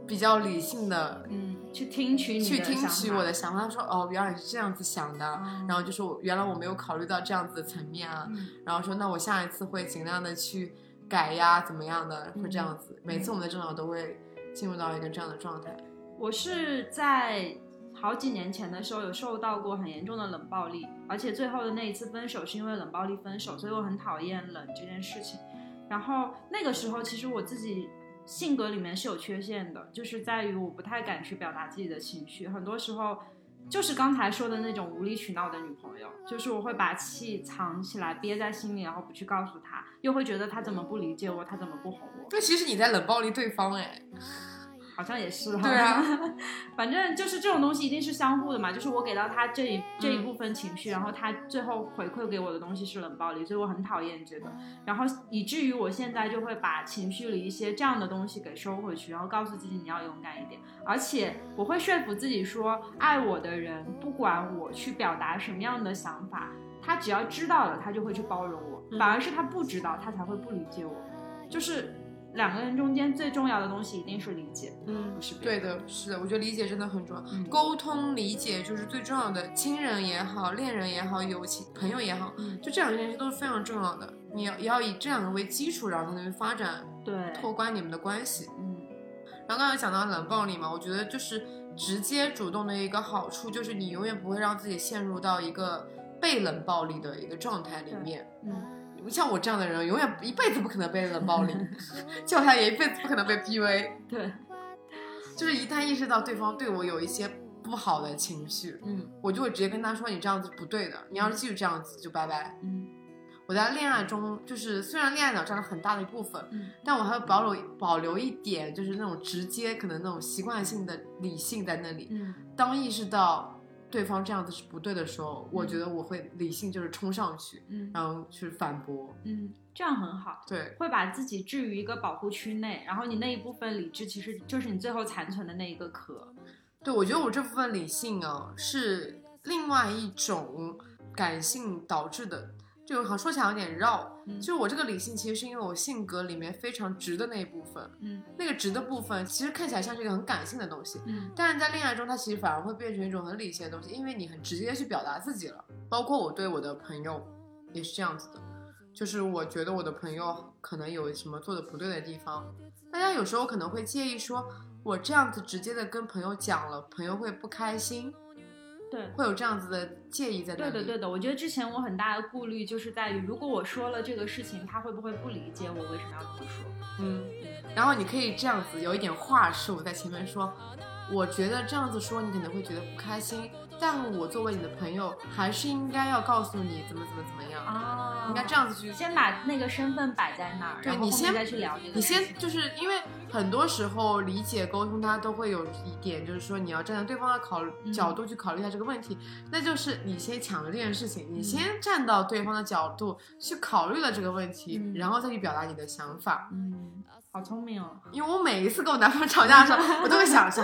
Speaker 2: 比较理性的
Speaker 1: 嗯，去听取你的
Speaker 2: 去听
Speaker 1: 想
Speaker 2: 取
Speaker 1: 法
Speaker 2: 我的，想法，他说哦，原来你是这样子想的，然后就说原来我没有考虑到这样子的层面啊，
Speaker 1: 嗯
Speaker 2: 然后说那我下一次会尽量的去改呀，怎么样的，
Speaker 1: 嗯
Speaker 2: 会这样子。每次我们的争吵都会进入到一个这样的状态，
Speaker 1: 我是在好几年前的时候有受到过很严重的冷暴力，而且最后的那一次分手是因为冷暴力分手，所以我很讨厌冷这件事情。然后那个时候，其实我自己性格里面是有缺陷的，就是在于我不太敢去表达自己的情绪，很多时候就是刚才说的那种无理取闹的女朋友，就是我会把气藏起来，憋在心里，然后不去告诉她，又会觉得她怎么不理解我，她怎么不哄我，
Speaker 2: 那其实你在冷暴力对方哎，
Speaker 1: 好像也是哈。
Speaker 2: 对啊，
Speaker 1: 反正就是这种东西一定是相互的嘛，就是我给到他这
Speaker 2: 嗯
Speaker 1: 一这一部分情绪，然后他最后回馈给我的东西是冷暴力，所以我很讨厌这个，
Speaker 2: 嗯
Speaker 1: 然后以至于我现在就会把情绪里一些这样的东西给收回去，然后告诉自己你要勇敢一点，而且我会说服自己说，爱我的人不管我去表达什么样的想法，他只要知道了，他就会去包容我，
Speaker 2: 嗯
Speaker 1: 反而是他不知道，他才会不理解我，就是。两个人中间最重要的东西一定是理解，
Speaker 2: 嗯
Speaker 1: 不是别
Speaker 2: 对
Speaker 1: 的。
Speaker 2: 的，是的，我觉得理解真的很重要，
Speaker 1: 嗯
Speaker 2: 沟通理解就是最重要的。亲人也好，恋人也好，友情朋友也好，
Speaker 1: 嗯
Speaker 2: 就这两件事都是非常重要的。你要也要以这两个为基础，然后才能发展
Speaker 1: 对，
Speaker 2: 拓宽你们的关系。
Speaker 1: 嗯
Speaker 2: 然后刚才讲到冷暴力嘛，我觉得就是直接主动的一个好处，就是你永远不会让自己陷入到一个被冷暴力的一个状态里面。
Speaker 1: 嗯，
Speaker 2: 像我这样的人，永远一辈子不可能被冷暴力，就他也一辈子不可能被 PUA。
Speaker 1: 对，
Speaker 2: 就是一旦意识到对方对我有一些不好的情绪，
Speaker 1: 嗯
Speaker 2: 我就会直接跟他说：“你这样子不对的，你要是继续这样子就拜拜。”
Speaker 1: 嗯
Speaker 2: 我在恋爱中，就是虽然恋爱脑占了很大的一部分，
Speaker 1: 嗯
Speaker 2: 但我还会保留保留一点，就是那种直接，可能那种习惯性的理性在那里。
Speaker 1: 嗯
Speaker 2: 当意识到对方这样子是不对的时候，我觉得我会理性就是冲上去，
Speaker 1: 嗯
Speaker 2: 然后去反驳。
Speaker 1: 嗯，这样很好，
Speaker 2: 对，
Speaker 1: 会把自己置于一个保护区内，然后你那一部分理智其实就是你最后残存的那一个壳。
Speaker 2: 对我觉得我这部分理性啊，是另外一种感性导致的。就好像说起来有点绕，
Speaker 1: 嗯
Speaker 2: 就是我这个理性其实是因为我性格里面非常直的那一部分，
Speaker 1: 嗯
Speaker 2: 那个直的部分其实看起来像是一个很感性的东西，
Speaker 1: 嗯
Speaker 2: 但是在恋爱中，它其实反而会变成一种很理性的东西，因为你很直接去表达自己了。包括我对我的朋友也是这样子的，就是我觉得我的朋友可能有什么做的不对的地方，大家有时候可能会介意说，我这样子直接的跟朋友讲了，朋友会不开心，
Speaker 1: 对。
Speaker 2: 会有这样子的介意在那
Speaker 1: 对
Speaker 2: 里。
Speaker 1: 的，对的，我觉得之前我很大的顾虑就是在于，如果我说了这个事情，他会不会不理解我为什么要这么说？
Speaker 2: 嗯，然后你可以这样子有一点话术在前面说，我觉得这样子说你可能会觉得不开心，但我作为你的朋友，还是应该要告诉你怎么怎么怎么样，
Speaker 1: 啊
Speaker 2: 应该这样子去。
Speaker 1: 先把那个身份摆在那儿，
Speaker 2: 对
Speaker 1: 然后
Speaker 2: 你
Speaker 1: 后
Speaker 2: 先
Speaker 1: 面再去聊这个
Speaker 2: 你
Speaker 1: 事情。
Speaker 2: 先就是因为很多时候理解沟通，它都会有一点，就是说你要站在对方的考
Speaker 1: 嗯
Speaker 2: 角度去考虑一下这个问题，那就是你先抢了这件事情，
Speaker 1: 嗯
Speaker 2: 你先站到对方的角度去考虑了这个问题，
Speaker 1: 嗯
Speaker 2: 然后再去表达你的想法。
Speaker 1: 嗯，好聪明哦。
Speaker 2: 因为我每一次跟我男朋友吵架的时候，我都会想一下，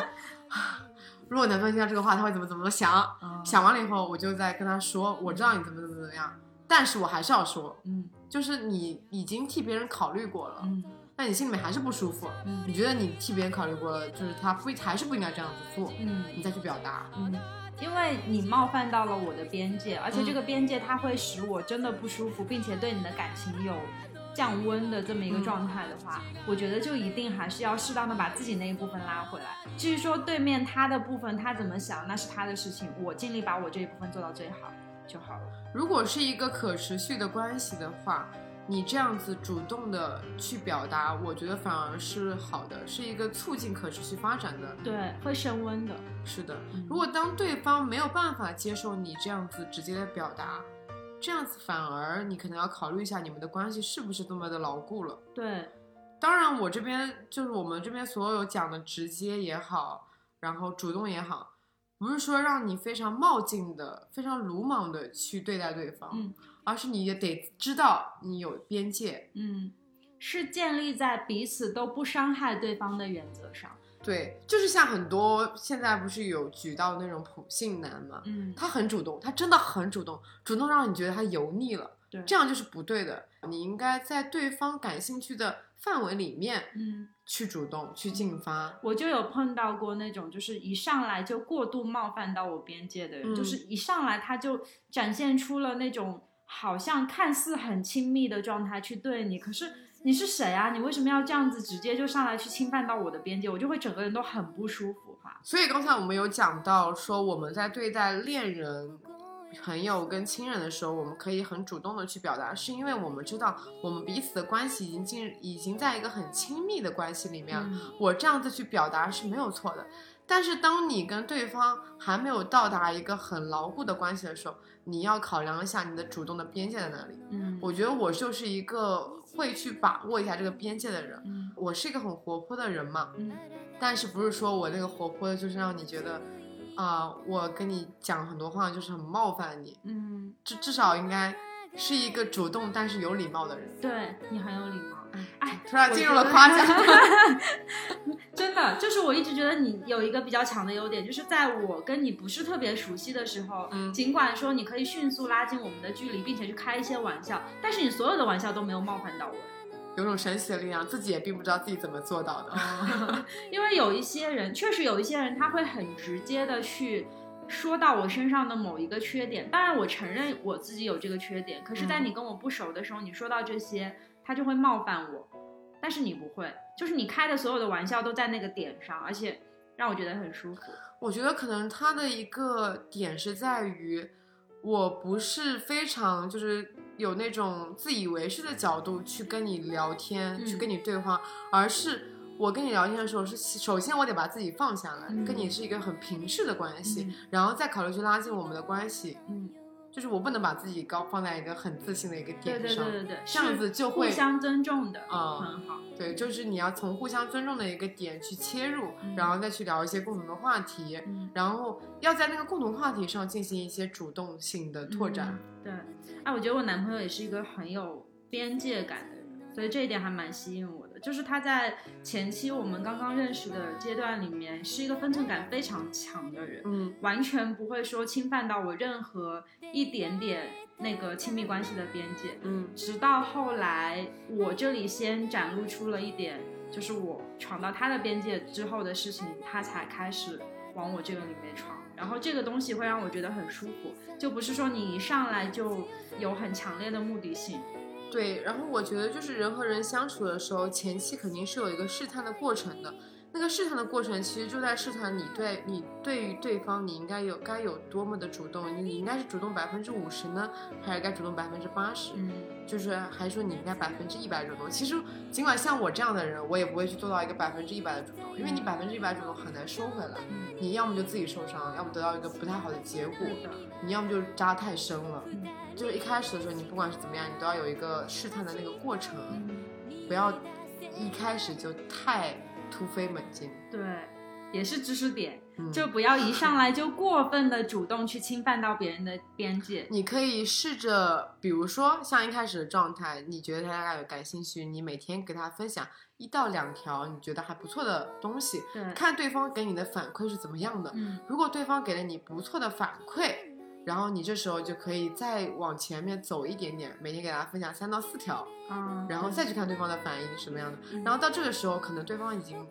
Speaker 2: 啊如果我男朋友听到这个话，他会怎么怎么想？
Speaker 1: 啊
Speaker 2: 想完了以后，我就再跟他说，我知道你怎么怎么怎么样，但是我还是要说，
Speaker 1: 嗯
Speaker 2: 就是你已经替别人考虑过了，
Speaker 1: 嗯
Speaker 2: 但你心里面还是不舒服，你
Speaker 1: 嗯
Speaker 2: 觉得你替别人考虑过了，就是他不还是不应该这样子做，
Speaker 1: 嗯
Speaker 2: 你再去表达。
Speaker 1: 嗯，因为你冒犯到了我的边界，而且这个边界它会使我真的不舒服，并且对你的感情有。降温的这么一个状态的话，
Speaker 2: 嗯
Speaker 1: 我觉得就一定还是要适当的把自己那一部分拉回来。至于说对面他的部分他怎么想，那是他的事情，我尽力把我这一部分做到最好就好了。
Speaker 2: 如果是一个可持续的关系的话，你这样子主动的去表达，我觉得反而是好的，是一个促进可持续发展的。
Speaker 1: 对，会升温的。
Speaker 2: 是的，
Speaker 1: 嗯
Speaker 2: 如果当对方没有办法接受你这样子直接的表达，这样子反而你可能要考虑一下你们的关系是不是这么的牢固了。
Speaker 1: 对，
Speaker 2: 当然，我这边就是我们这边所有讲的直接也好，然后主动也好，不是说让你非常冒进的、非常鲁莽的去对待对方，
Speaker 1: 嗯
Speaker 2: 而是你也得知道你有边界。
Speaker 1: 嗯，是建立在彼此都不伤害对方的原则上。
Speaker 2: 对，就是像很多现在不是有举到那种普信男嘛，
Speaker 1: 嗯，
Speaker 2: 他很主动，他真的很主动，主动让你觉得他油腻了，
Speaker 1: 对，
Speaker 2: 这样就是不对的。你应该在对方感兴趣的范围里面
Speaker 1: 嗯，
Speaker 2: 去主动去进发。
Speaker 1: 我就有碰到过那种，就是一上来就过度冒犯到我边界的人，
Speaker 2: 嗯
Speaker 1: 就是一上来他就展现出了那种好像看似很亲密的状态去对你，可是。你是谁啊？你为什么要这样子直接就上来去侵犯到我的边界？我就会整个人都很不舒服哈。
Speaker 2: 所以刚才我们有讲到说，我们在对待恋人、朋友跟亲人的时候，我们可以很主动的去表达，是因为我们知道我们彼此的关系已经进，已经在一个很亲密的关系里面了。
Speaker 1: 嗯
Speaker 2: 我这样子去表达是没有错的。但是当你跟对方还没有到达一个很牢固的关系的时候，你要考量一下你的主动的边界在哪里。
Speaker 1: 嗯，
Speaker 2: 我觉得我就是一个会去把握一下这个边界的人，
Speaker 1: 嗯
Speaker 2: 我是一个很活泼的人嘛，
Speaker 1: 嗯
Speaker 2: 但是不是说我那个活泼就是让你觉得，啊、我跟你讲很多话就是很冒犯你，
Speaker 1: 嗯，
Speaker 2: 至至少应该是一个主动但是有礼貌的人。
Speaker 1: 对你很有礼貌。哎，
Speaker 2: 突然进入了夸奖，
Speaker 1: 真的，就是我一直觉得你有一个比较强的优点，就是在我跟你不是特别熟悉的时候，
Speaker 2: 嗯
Speaker 1: 尽管说你可以迅速拉近我们的距离，并且去开一些玩笑，但是你所有的玩笑都没有冒犯到我。
Speaker 2: 有种神奇的力量，自己也并不知道自己怎么做到的。
Speaker 1: 因为有一些人，确实有一些人，他会很直接的去说到我身上的某一个缺点。当然，我承认我自己有这个缺点，可是，在你跟我不熟的时候，你说到这些，他就会冒犯我。但是你不会，就是你开的所有的玩笑都在那个点上，而且让我觉得很舒服。
Speaker 2: 我觉得可能他的一个点是在于，我不是非常就是有那种自以为是的角度去跟你聊天，
Speaker 1: 嗯
Speaker 2: 去跟你对话，而是我跟你聊天的时候是首先我得把自己放下来，
Speaker 1: 嗯
Speaker 2: 跟你是一个很平视的关系，然后再考虑去拉近我们的关系。
Speaker 1: 嗯，
Speaker 2: 就是我不能把自己高放在一个很自信的一个
Speaker 1: 对
Speaker 2: 点
Speaker 1: 对
Speaker 2: 上，
Speaker 1: 对对对，
Speaker 2: 这样子就是
Speaker 1: 互
Speaker 2: 会
Speaker 1: 相尊重的，
Speaker 2: 嗯
Speaker 1: 很好。
Speaker 2: 对，就是你要从互相尊重的一个点去切入，
Speaker 1: 嗯
Speaker 2: 然后再去聊一些共同的话题，
Speaker 1: 嗯，
Speaker 2: 然后要在那个共同话题上进行一些主动性的拓展。
Speaker 1: 嗯对，哎、我觉得我男朋友也是一个很有边界感的人，所以这一点还蛮吸引我的。就是他在前期我们刚刚认识的阶段里面，是一个分寸感非常强的人，
Speaker 2: 嗯
Speaker 1: 完全不会说侵犯到我任何一点点那个亲密关系的边界。
Speaker 2: 嗯
Speaker 1: 直到后来，我这里先展露出了一点，就是我闯到他的边界之后的事情，他才开始往我这个里面闯。然后这个东西会让我觉得很舒服，就不是说你一上来就有很强烈的目的性。
Speaker 2: 对。然后我觉得就是人和人相处的时候，前期肯定是有一个试探的过程的。那个试探的过程，其实就在试探你对你对于对方，你应该有该有多么的主动，你应该是主动百分之五十呢，还是该主动百分之八十？
Speaker 1: 嗯，
Speaker 2: 就是还说你应该百分之一百主动。其实尽管像我这样的人，我也不会去做到一个百分之一百的主动，因为你百分之一百主动很难收回来，
Speaker 1: 嗯
Speaker 2: 你要么就自己受伤，要么得到一个不太好的结果，
Speaker 1: 对的，
Speaker 2: 你要么就扎太深了。
Speaker 1: 嗯
Speaker 2: 就是一开始的时候，你不管是怎么样，你都要有一个试探的那个过程，
Speaker 1: 嗯，
Speaker 2: 不要一开始就太突飞猛进。
Speaker 1: 对，也是知识点，
Speaker 2: 嗯，
Speaker 1: 就不要一上来就过分的主动去侵犯到别人的边界。
Speaker 2: 你可以试着，比如说像一开始的状态，你觉得他大概有感兴趣，你每天给他分享一到两条你觉得还不错的东西，
Speaker 1: 对，
Speaker 2: 看对方给你的反馈是怎么样的。
Speaker 1: 嗯
Speaker 2: 如果对方给了你不错的反馈，然后你这时候就可以再往前面走一点点，每天给大家分享三到四条，
Speaker 1: 啊，
Speaker 2: 然后再去看对方的反应是什么样的。
Speaker 1: 嗯
Speaker 2: 然后到这个时候，可能对方已经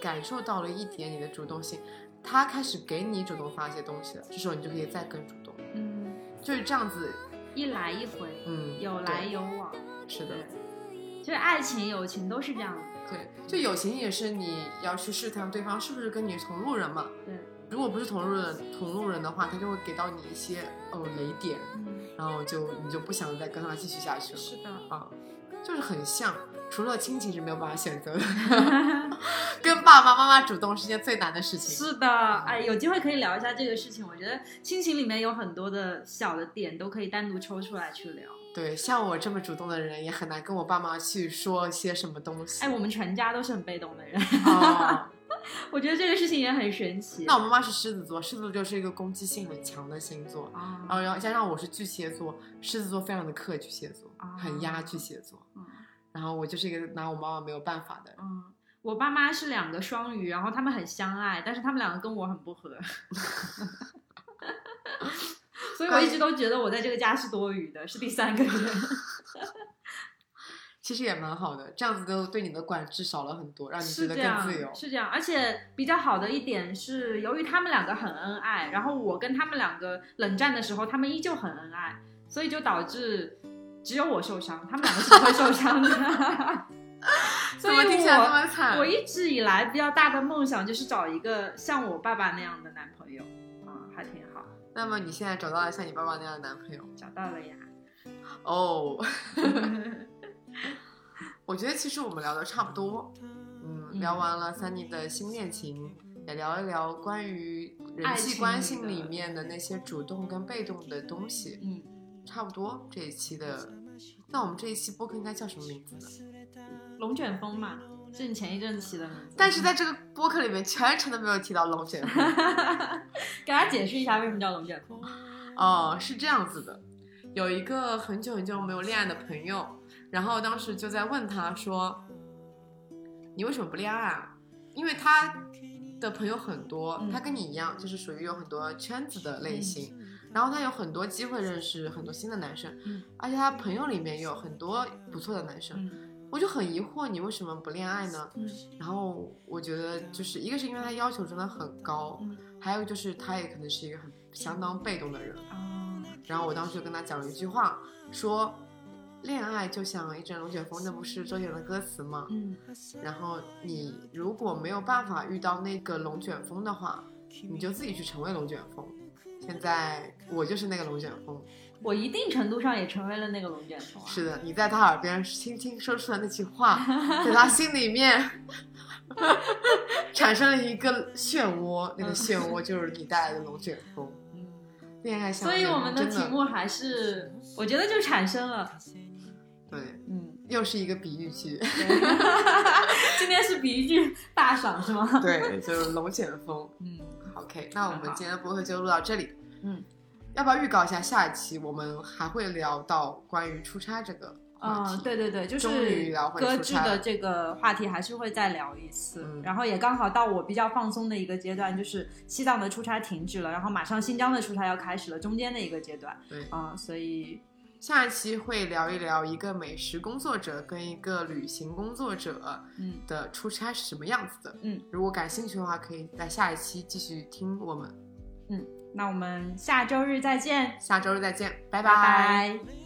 Speaker 2: 感受到了一点你的主动性，他开始给你主动发一些东西了，这时候你就可以再更主动，
Speaker 1: 嗯，
Speaker 2: 就是这样子。
Speaker 1: 一来一回，
Speaker 2: 嗯，
Speaker 1: 有来有往。
Speaker 2: 对是的，
Speaker 1: 对，就是爱情、友情都是这样的。
Speaker 2: 对，就友情也是你要去试探对方是不是跟你是同路人嘛。
Speaker 1: 对，
Speaker 2: 如果不是同路人，同路人的话，他就会给到你一些哦雷点，
Speaker 1: 嗯，
Speaker 2: 然后就你就不想再跟他继续下去了
Speaker 1: 是 的。
Speaker 2: 啊，就是很像，除了亲情是没有办法选择的， 跟爸爸妈妈主动是件最难的事情。
Speaker 1: 是的，哎，有机会可以聊一下这个事情。我觉得亲情里面有很多的小的点都可以单独抽出来去聊。
Speaker 2: 对，像我这么主动的人，也很难跟我爸妈去说些什么东西。
Speaker 1: 哎，我们全家都是很被动的人，
Speaker 2: 哦，
Speaker 1: 我觉得这个事情也很神奇。
Speaker 2: 那我妈妈是狮子座，狮子座就是一个攻击性很强的星座，
Speaker 1: 啊
Speaker 2: 然后然后加上我是巨蟹座，狮子座非常的克巨蟹座，很压
Speaker 1: 啊
Speaker 2: 巨蟹座。
Speaker 1: 嗯
Speaker 2: 然后我就是一个拿我妈妈没有办法的人，
Speaker 1: 嗯，我爸妈是两个双鱼，然后他们很相爱，但是他们两个跟我很不 合。所以我一直都觉得我在这个家是多余的，是第三个人。
Speaker 2: 其实也蛮好的，这样子都对你的管制少了很多，让你觉
Speaker 1: 是
Speaker 2: 得
Speaker 1: 这
Speaker 2: 更
Speaker 1: 样
Speaker 2: 自由，。
Speaker 1: 是这样，而且比较好的一点是，由于他们两个很恩爱，然后我跟他们两个冷战的时候，他们依旧很恩爱，所以就导致只有我受伤，他们两个是不会受伤的。 所
Speaker 2: 怎
Speaker 1: 以
Speaker 2: 么听起来这
Speaker 1: 我
Speaker 2: 么惨？
Speaker 1: 我一直以来比较大的梦想就是找一个像我爸爸那样的男朋友，啊、还挺好，
Speaker 2: 那么你现在找到了像你爸爸那样的男朋友
Speaker 1: 找到了呀。
Speaker 2: 哦 我觉得其实我们聊的差不多，嗯，
Speaker 1: 嗯
Speaker 2: 聊完了三 y 的新恋情，也聊一聊关于人
Speaker 1: 爱
Speaker 2: 际
Speaker 1: 情
Speaker 2: 关
Speaker 1: 里
Speaker 2: 系
Speaker 1: 的
Speaker 2: 里面的那些主动跟被动的东西，
Speaker 1: 嗯，
Speaker 2: 差不多这一期的。那我们这一期播客应该叫什么名字呢？
Speaker 1: 龙卷风嘛，是你前一阵子起的名字，
Speaker 2: 但是在这个播客里面全程都没有提到龙卷风。
Speaker 1: 给大家解释一下为什么叫龙卷风。
Speaker 2: 哦，是这样子的，有一个很久很久没有恋爱的朋友，然后当时就在问他说：“你为什么不恋爱啊？”因为他的朋友很多，他
Speaker 1: 嗯
Speaker 2: 跟你一样，就是属于有很多圈子的类型，然后他有很多机会认识很多新的男生，
Speaker 1: 嗯
Speaker 2: 而且他朋友里面也有很多不错的男生，
Speaker 1: 嗯
Speaker 2: 我就很疑惑你为什么不恋爱呢？
Speaker 1: 嗯
Speaker 2: 然后我觉得就是一个是因为他要求真的很高，
Speaker 1: 嗯
Speaker 2: 还有就是他也可能是一个很相当被动的人。
Speaker 1: 啊，
Speaker 2: 然后我当时就跟他讲了一句话，说恋爱就像一阵龙卷风，那不是周杰伦的歌词吗？
Speaker 1: 嗯
Speaker 2: 然后你如果没有办法遇到那个龙卷风的话，你就自己去成为龙卷风。现在我就是那个龙卷风，
Speaker 1: 我一定程度上也成为了那个龙卷风啊。
Speaker 2: 是的，你在他耳边轻轻说出了那句话，在他心里面 产生了一个漩涡，那个漩涡就是你带来的龙卷风。恋爱
Speaker 1: 嗯
Speaker 2: 像
Speaker 1: 所以我们的
Speaker 2: 真
Speaker 1: 题目还是，我觉得就产生了，
Speaker 2: 对，
Speaker 1: 嗯，
Speaker 2: 又是一个比喻句，
Speaker 1: 今天是比喻句大赏是 吗？
Speaker 2: 对，就是龙卷风。
Speaker 1: 嗯
Speaker 2: OK，那我们
Speaker 1: 很好
Speaker 2: 今天的播客就录到这里。
Speaker 1: 嗯，
Speaker 2: 要不要预告一下下一期我们还会聊到关于出差这个话题？
Speaker 1: 嗯，对对对，就
Speaker 2: 终于
Speaker 1: 是
Speaker 2: 聊回
Speaker 1: 搁
Speaker 2: 出
Speaker 1: 置
Speaker 2: 差
Speaker 1: 的
Speaker 2: 了
Speaker 1: 这个话题还是会再聊一次，
Speaker 2: 嗯
Speaker 1: 然后也刚好到我比较放松的一个阶段，就是西藏的出差停止了，然后马上新疆的出差要开始了，中间的一个阶段，
Speaker 2: 对
Speaker 1: 啊、所以
Speaker 2: 下一期会聊一聊一个美食工作者跟一个旅行工作者
Speaker 1: 嗯，
Speaker 2: 的出差是什么样子的。
Speaker 1: 嗯，
Speaker 2: 如果感兴趣的话，可以在下一期继续听我们。
Speaker 1: 那我们下周日再见，
Speaker 2: 下周日再见，拜
Speaker 1: 拜拜